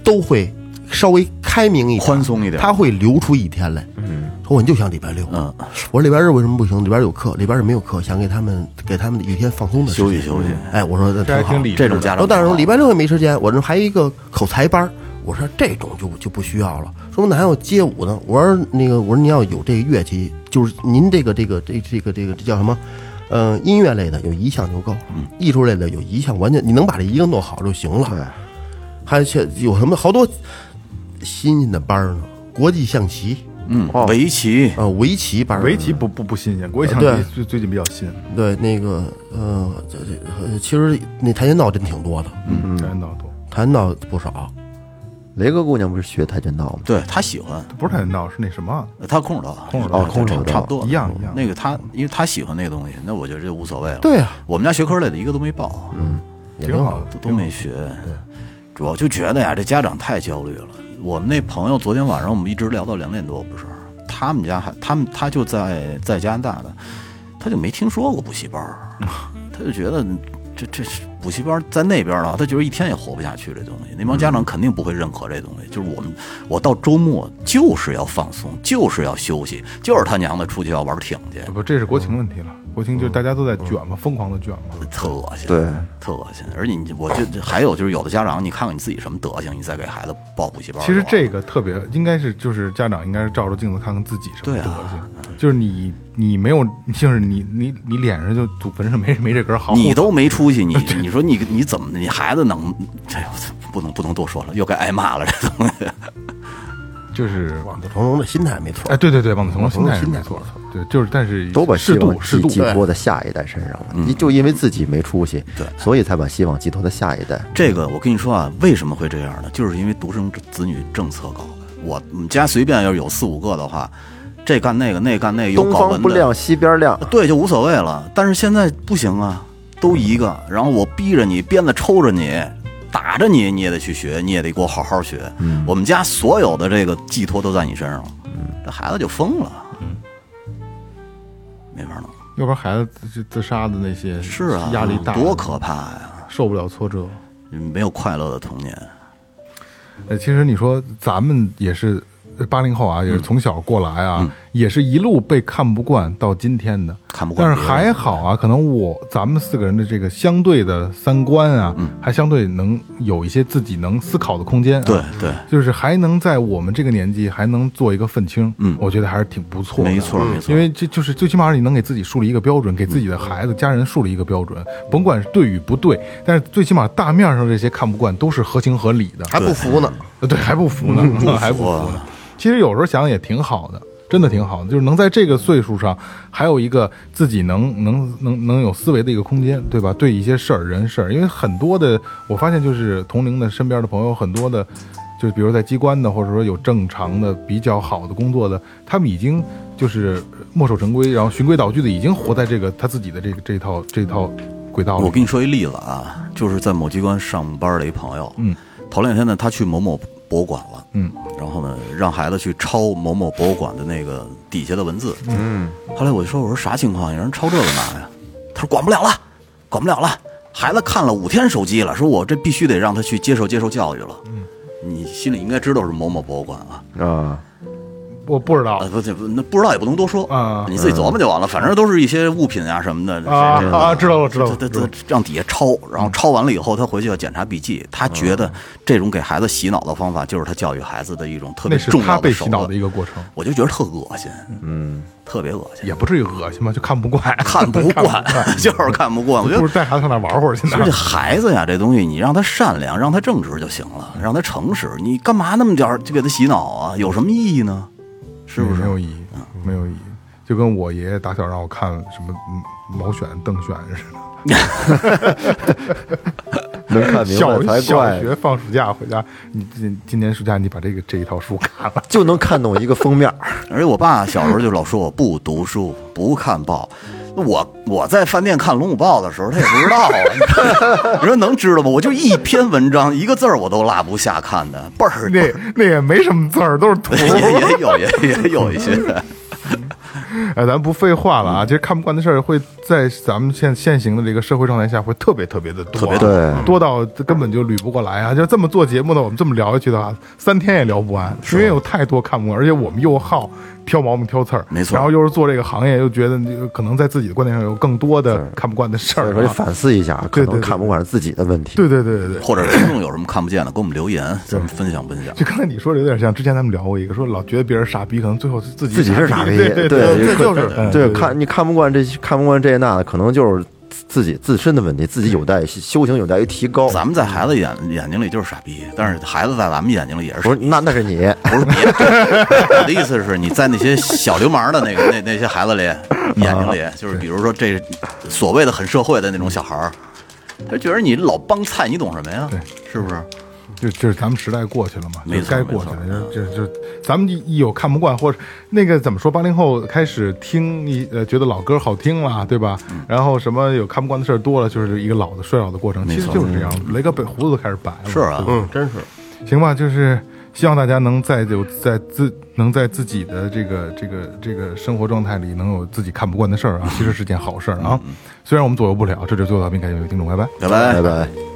B: 都会稍微开明一点，
D: 宽松一点
B: 他会留出一天来。嗯，说我就想礼拜六，
D: 嗯，
B: 我说礼拜日为什么不行？礼拜日有课，礼拜日没有课，想给他们给他们一天放松的时间
D: 休息休息。
B: 哎，我说那
A: 这还
B: 挺好
A: 挺，理智
D: 这
A: 的
D: 种家
B: 然后
D: 长，
B: 但是礼拜六也没时间，我这还有一个口才班儿，我说这种就就不需要了。说哪有街舞呢？我说那个，我说您要有这乐器，就是您这个这个这这个这个这叫什么？呃，音乐类的有一项就够了，艺术类的有一项，完全你能把这一个弄好就行了。还且有什么好多新鲜的班儿呢？国际象棋
D: 嗯，围棋，
B: 啊、呃围棋班儿，
A: 围棋不不不新鲜，国际象
B: 对
A: 棋最最近比较新，
B: 对那个呃，这这呃其实那跆拳道真挺多的，
A: 嗯，人道多，
B: 跆拳道不少。
C: 雷哥姑娘不是学跆拳道吗？
D: 对他喜欢，
A: 不是跆拳道，是那什么
D: 他空手道，
A: 空手道
D: 哦
C: 空手道
D: 差不多
A: 一样一样
D: 那个他，因为他喜欢那个东西，那我觉得这无所谓了。
B: 对啊，
D: 我们家学科类的一个都没报，嗯，
B: 也
A: 挺好的，
D: 都都没学。主要就觉得呀，这家长太焦虑了。我们那朋友昨天晚上我们一直聊到两点多，不是？他们家还他们他就在在加拿大的，他就没听说过补习班儿，他就觉得这这是补习班在那边呢，他觉得一天也活不下去这东西。那帮家长肯定不会认可这东西，就是我们我到周末就是要放松，就是要休息，就是他娘的出去要玩挺去，
A: 不，这是国情问题了，国情就是大家都在卷嘛，疯狂的卷嘛，
D: 特恶心，
C: 对，
D: 特恶心。而且你，我就还有就是，有的家长，你看看你自己什么德行，你再给孩子报补习班儿
A: 其
D: 的话。
A: 实这个特别应该是就是家长应该是照着镜子看看自己什么
D: 对
A: 德
D: 啊
A: 行，就是你你没有就是你你你脸上就祖坟上没没这根毫，
D: 你都没出息，你你说你你怎么你孩子能？哎呦，我操不能不能多说了，又该挨骂了这东西。
A: 就是
B: 望子成龙的心态没错
A: 哎，，对对对，望子成龙心态是
B: 心态
A: 没错的，对，就是但是
C: 都把希
A: 适
C: 望
A: 度适
C: 寄
A: 度，
C: 寄托在下一代身上了，
D: 嗯
C: 你就因为自己没出息，对，所以才把希望寄托在下一代。
D: 这个我跟你说啊，为什么会这样呢？就是因为独生子女政策高。我我们家随便要是有四五个的话，这干那个，那干那个，有
C: 东
D: 搞
C: 方
D: 文
C: 不
D: 的，
C: 亮西边亮，
D: 对，就无所谓了。但是现在不行啊，都一个，然后我逼着你，鞭子抽着你，打着你，你也得去学，你也得给我好好学。
A: 嗯
D: 我们家所有的这个寄托都在你身上了，这孩子就疯了，
A: 嗯
D: 没法弄。
A: 要不然孩子自自杀的那些
D: 是啊，
A: 压力大，
D: 多可怕呀！
A: 受不了挫折。
D: 没有快乐的童年，
A: 呃，其实你说咱们也是八零后啊，也是
D: 嗯
A: 从小过来啊，也是一路被看不惯到今天的。
D: 看不惯
A: 但
D: 别
A: 是
D: 人。
A: 还好啊，可能我咱们四个人的这个相对的三观啊，
D: 嗯
A: 还相对能有一些自己能思考的空间、啊。
D: 对对，
A: 就是还能在我们这个年纪还能做一个愤青，嗯，我觉得还是挺不错的。
D: 没错没错
A: 嗯因为这就是最起码你能给自己树立一个标准，给自己的孩子、家人树立一个标准，甭管是对与不对，但是最起码大面上这些看不惯都是合情合理的。
B: 还不服呢。
A: 呃对，还不服
D: 嗯
A: 呢，
D: 啊
A: 还不服呢。其实有时候想想也挺好的，真的挺好的，就是能在这个岁数上，还有一个自己能能能能有思维的一个空间，对吧？对一些事儿、人事儿，因为很多的，我发现就是同龄的身边的朋友，很多的，就是比如在机关的，或者说有正常的、比较好的工作的，他们已经就是墨守成规，然后循规蹈矩的，已经活在这个他自己的这个这套这套轨道里。
D: 我跟你说一例子啊，就是在某机关上班的一朋友，
A: 嗯，
D: 头两天呢，他去某某博物馆了，
A: 嗯，
D: 然后呢，让孩子去抄某某博物馆的那个底下的文字，嗯，后来我就说，我说啥情况？有人抄这干嘛呀？他说管不了了，管不了了，孩子看了五天手机了，说我这必须得让他去接受接受教育了，嗯，你心里应该知道是某某博物馆 啊，
C: 啊，
A: 我不知道
D: 啊，不这不那不知道也不能多说
A: 啊
D: 你自己琢磨就完了，反正都是一些物品啊什么的
A: 啊
D: 这
A: 啊，知道了知道了，嗯
D: 他他他让底下抄，然后抄完了以后，他回去要检查笔记。他觉得这种给孩子洗脑的方法，就是他教育孩子的一种特
A: 那
D: 别
A: 是
D: 重
A: 他
D: 要
A: 被
D: 手
A: 洗脑的
D: 段。
A: 一个过程。
D: 我就觉得特恶心，嗯，特别恶心，
A: 也不至于恶心吧，就看不惯，
D: 看不惯， 就是看不惯。我觉
A: 嗯不
D: 得
A: 如带孩子上哪儿玩会儿去呢
D: 而且？孩子呀，这东西你让他善良，让他正直就行了，让他诚实。你干嘛那么点儿就给他洗脑啊？有什么意义呢？是不是
A: 嗯
D: 啊
A: 没？有意义？没有意义。就跟我爷爷打小让我看什么嗯毛选、邓选似的，
C: 能看明
A: 小
C: 白才
A: 小
C: 怪，
A: 学放暑假回家，你今今年暑假你把这个这一套书看了，
C: 就能看懂一个封面儿。
D: 而且我爸小时候就老说我不读书，不看报。那我我在饭店看《龙虎豹》的时候，他也不知道啊。 你说能知道吗？我就一篇文章，一个字儿我都落不下看的，倍儿
A: 那那也没什么字儿，都是图。
D: 也也有也也有一些。
A: 哎，咱不废话了啊！其实看不惯的事儿会在咱们现现行的这个社会状态下会特别特别的多啊、
D: 特别
C: 多
A: 多到根本就捋不过来啊！就这么做节目呢，我们这么聊下去的话，三天也聊不完，因为有太多看不惯，而且我们又好挑毛病挑刺儿，
D: 没错
A: 然后又是做这个行业，又觉得你可能在自己的观点上有更多的看不惯的事
C: 所以
A: 儿、
C: 说，你
A: 啊。
C: 反思一下，可
A: 对对
C: 能
A: 对
C: 看不惯是自己的问题。
A: 对对对对对。
D: 或者听众有什么看不见的，给我们留言，咱们分享分享。
A: 就刚才你说的有点像，之前咱们聊过一个，说老觉得别人傻逼，可能最后是自己
C: 自己是傻逼，
A: 对
C: 对，
A: 这就是
C: 对
A: 嗯对
C: 对，看你看不惯这看不惯这那的，可能就是自己自身的问题，自己有待修行，有待于提高。
D: 咱们在孩子眼眼睛里就是傻逼，但是孩子在咱们眼睛里也是傻
C: 不是，那那是你，哎
D: 不是别的，我的意思是你在那些小流氓的那个那那些孩子里眼睛里，就是比如说这所谓的很社会的那种小孩儿，他觉得你老帮菜，你懂什么呀？
A: 对，
D: 是不是？
A: 就就是咱们时代过去了嘛，
D: 没
A: 就
D: 错
A: 该过去
D: 没
A: 了，就就就咱们一有看不惯或者那个怎么说，八零后开始听一呃觉得老歌好听了，对吧？
D: 嗯
A: 然后什么有看不惯的事儿多了，就是一个老的衰老的过程，
D: 没
A: 其实
D: 错嗯
A: 就是这样。雷哥被胡子都开始白了，
D: 是啊
A: 对吧
B: 嗯，真是
A: 行吧，就是希望大家能在有在自能在自己的这个这个这个生活状态里，能有自己看不
D: 嗯
A: 惯的事儿啊，其实是件好事儿啊。虽然我们左右不了，这就是最后调频，感谢各位听众，拜拜。
D: 拜
C: 拜。
D: 拜
C: 拜。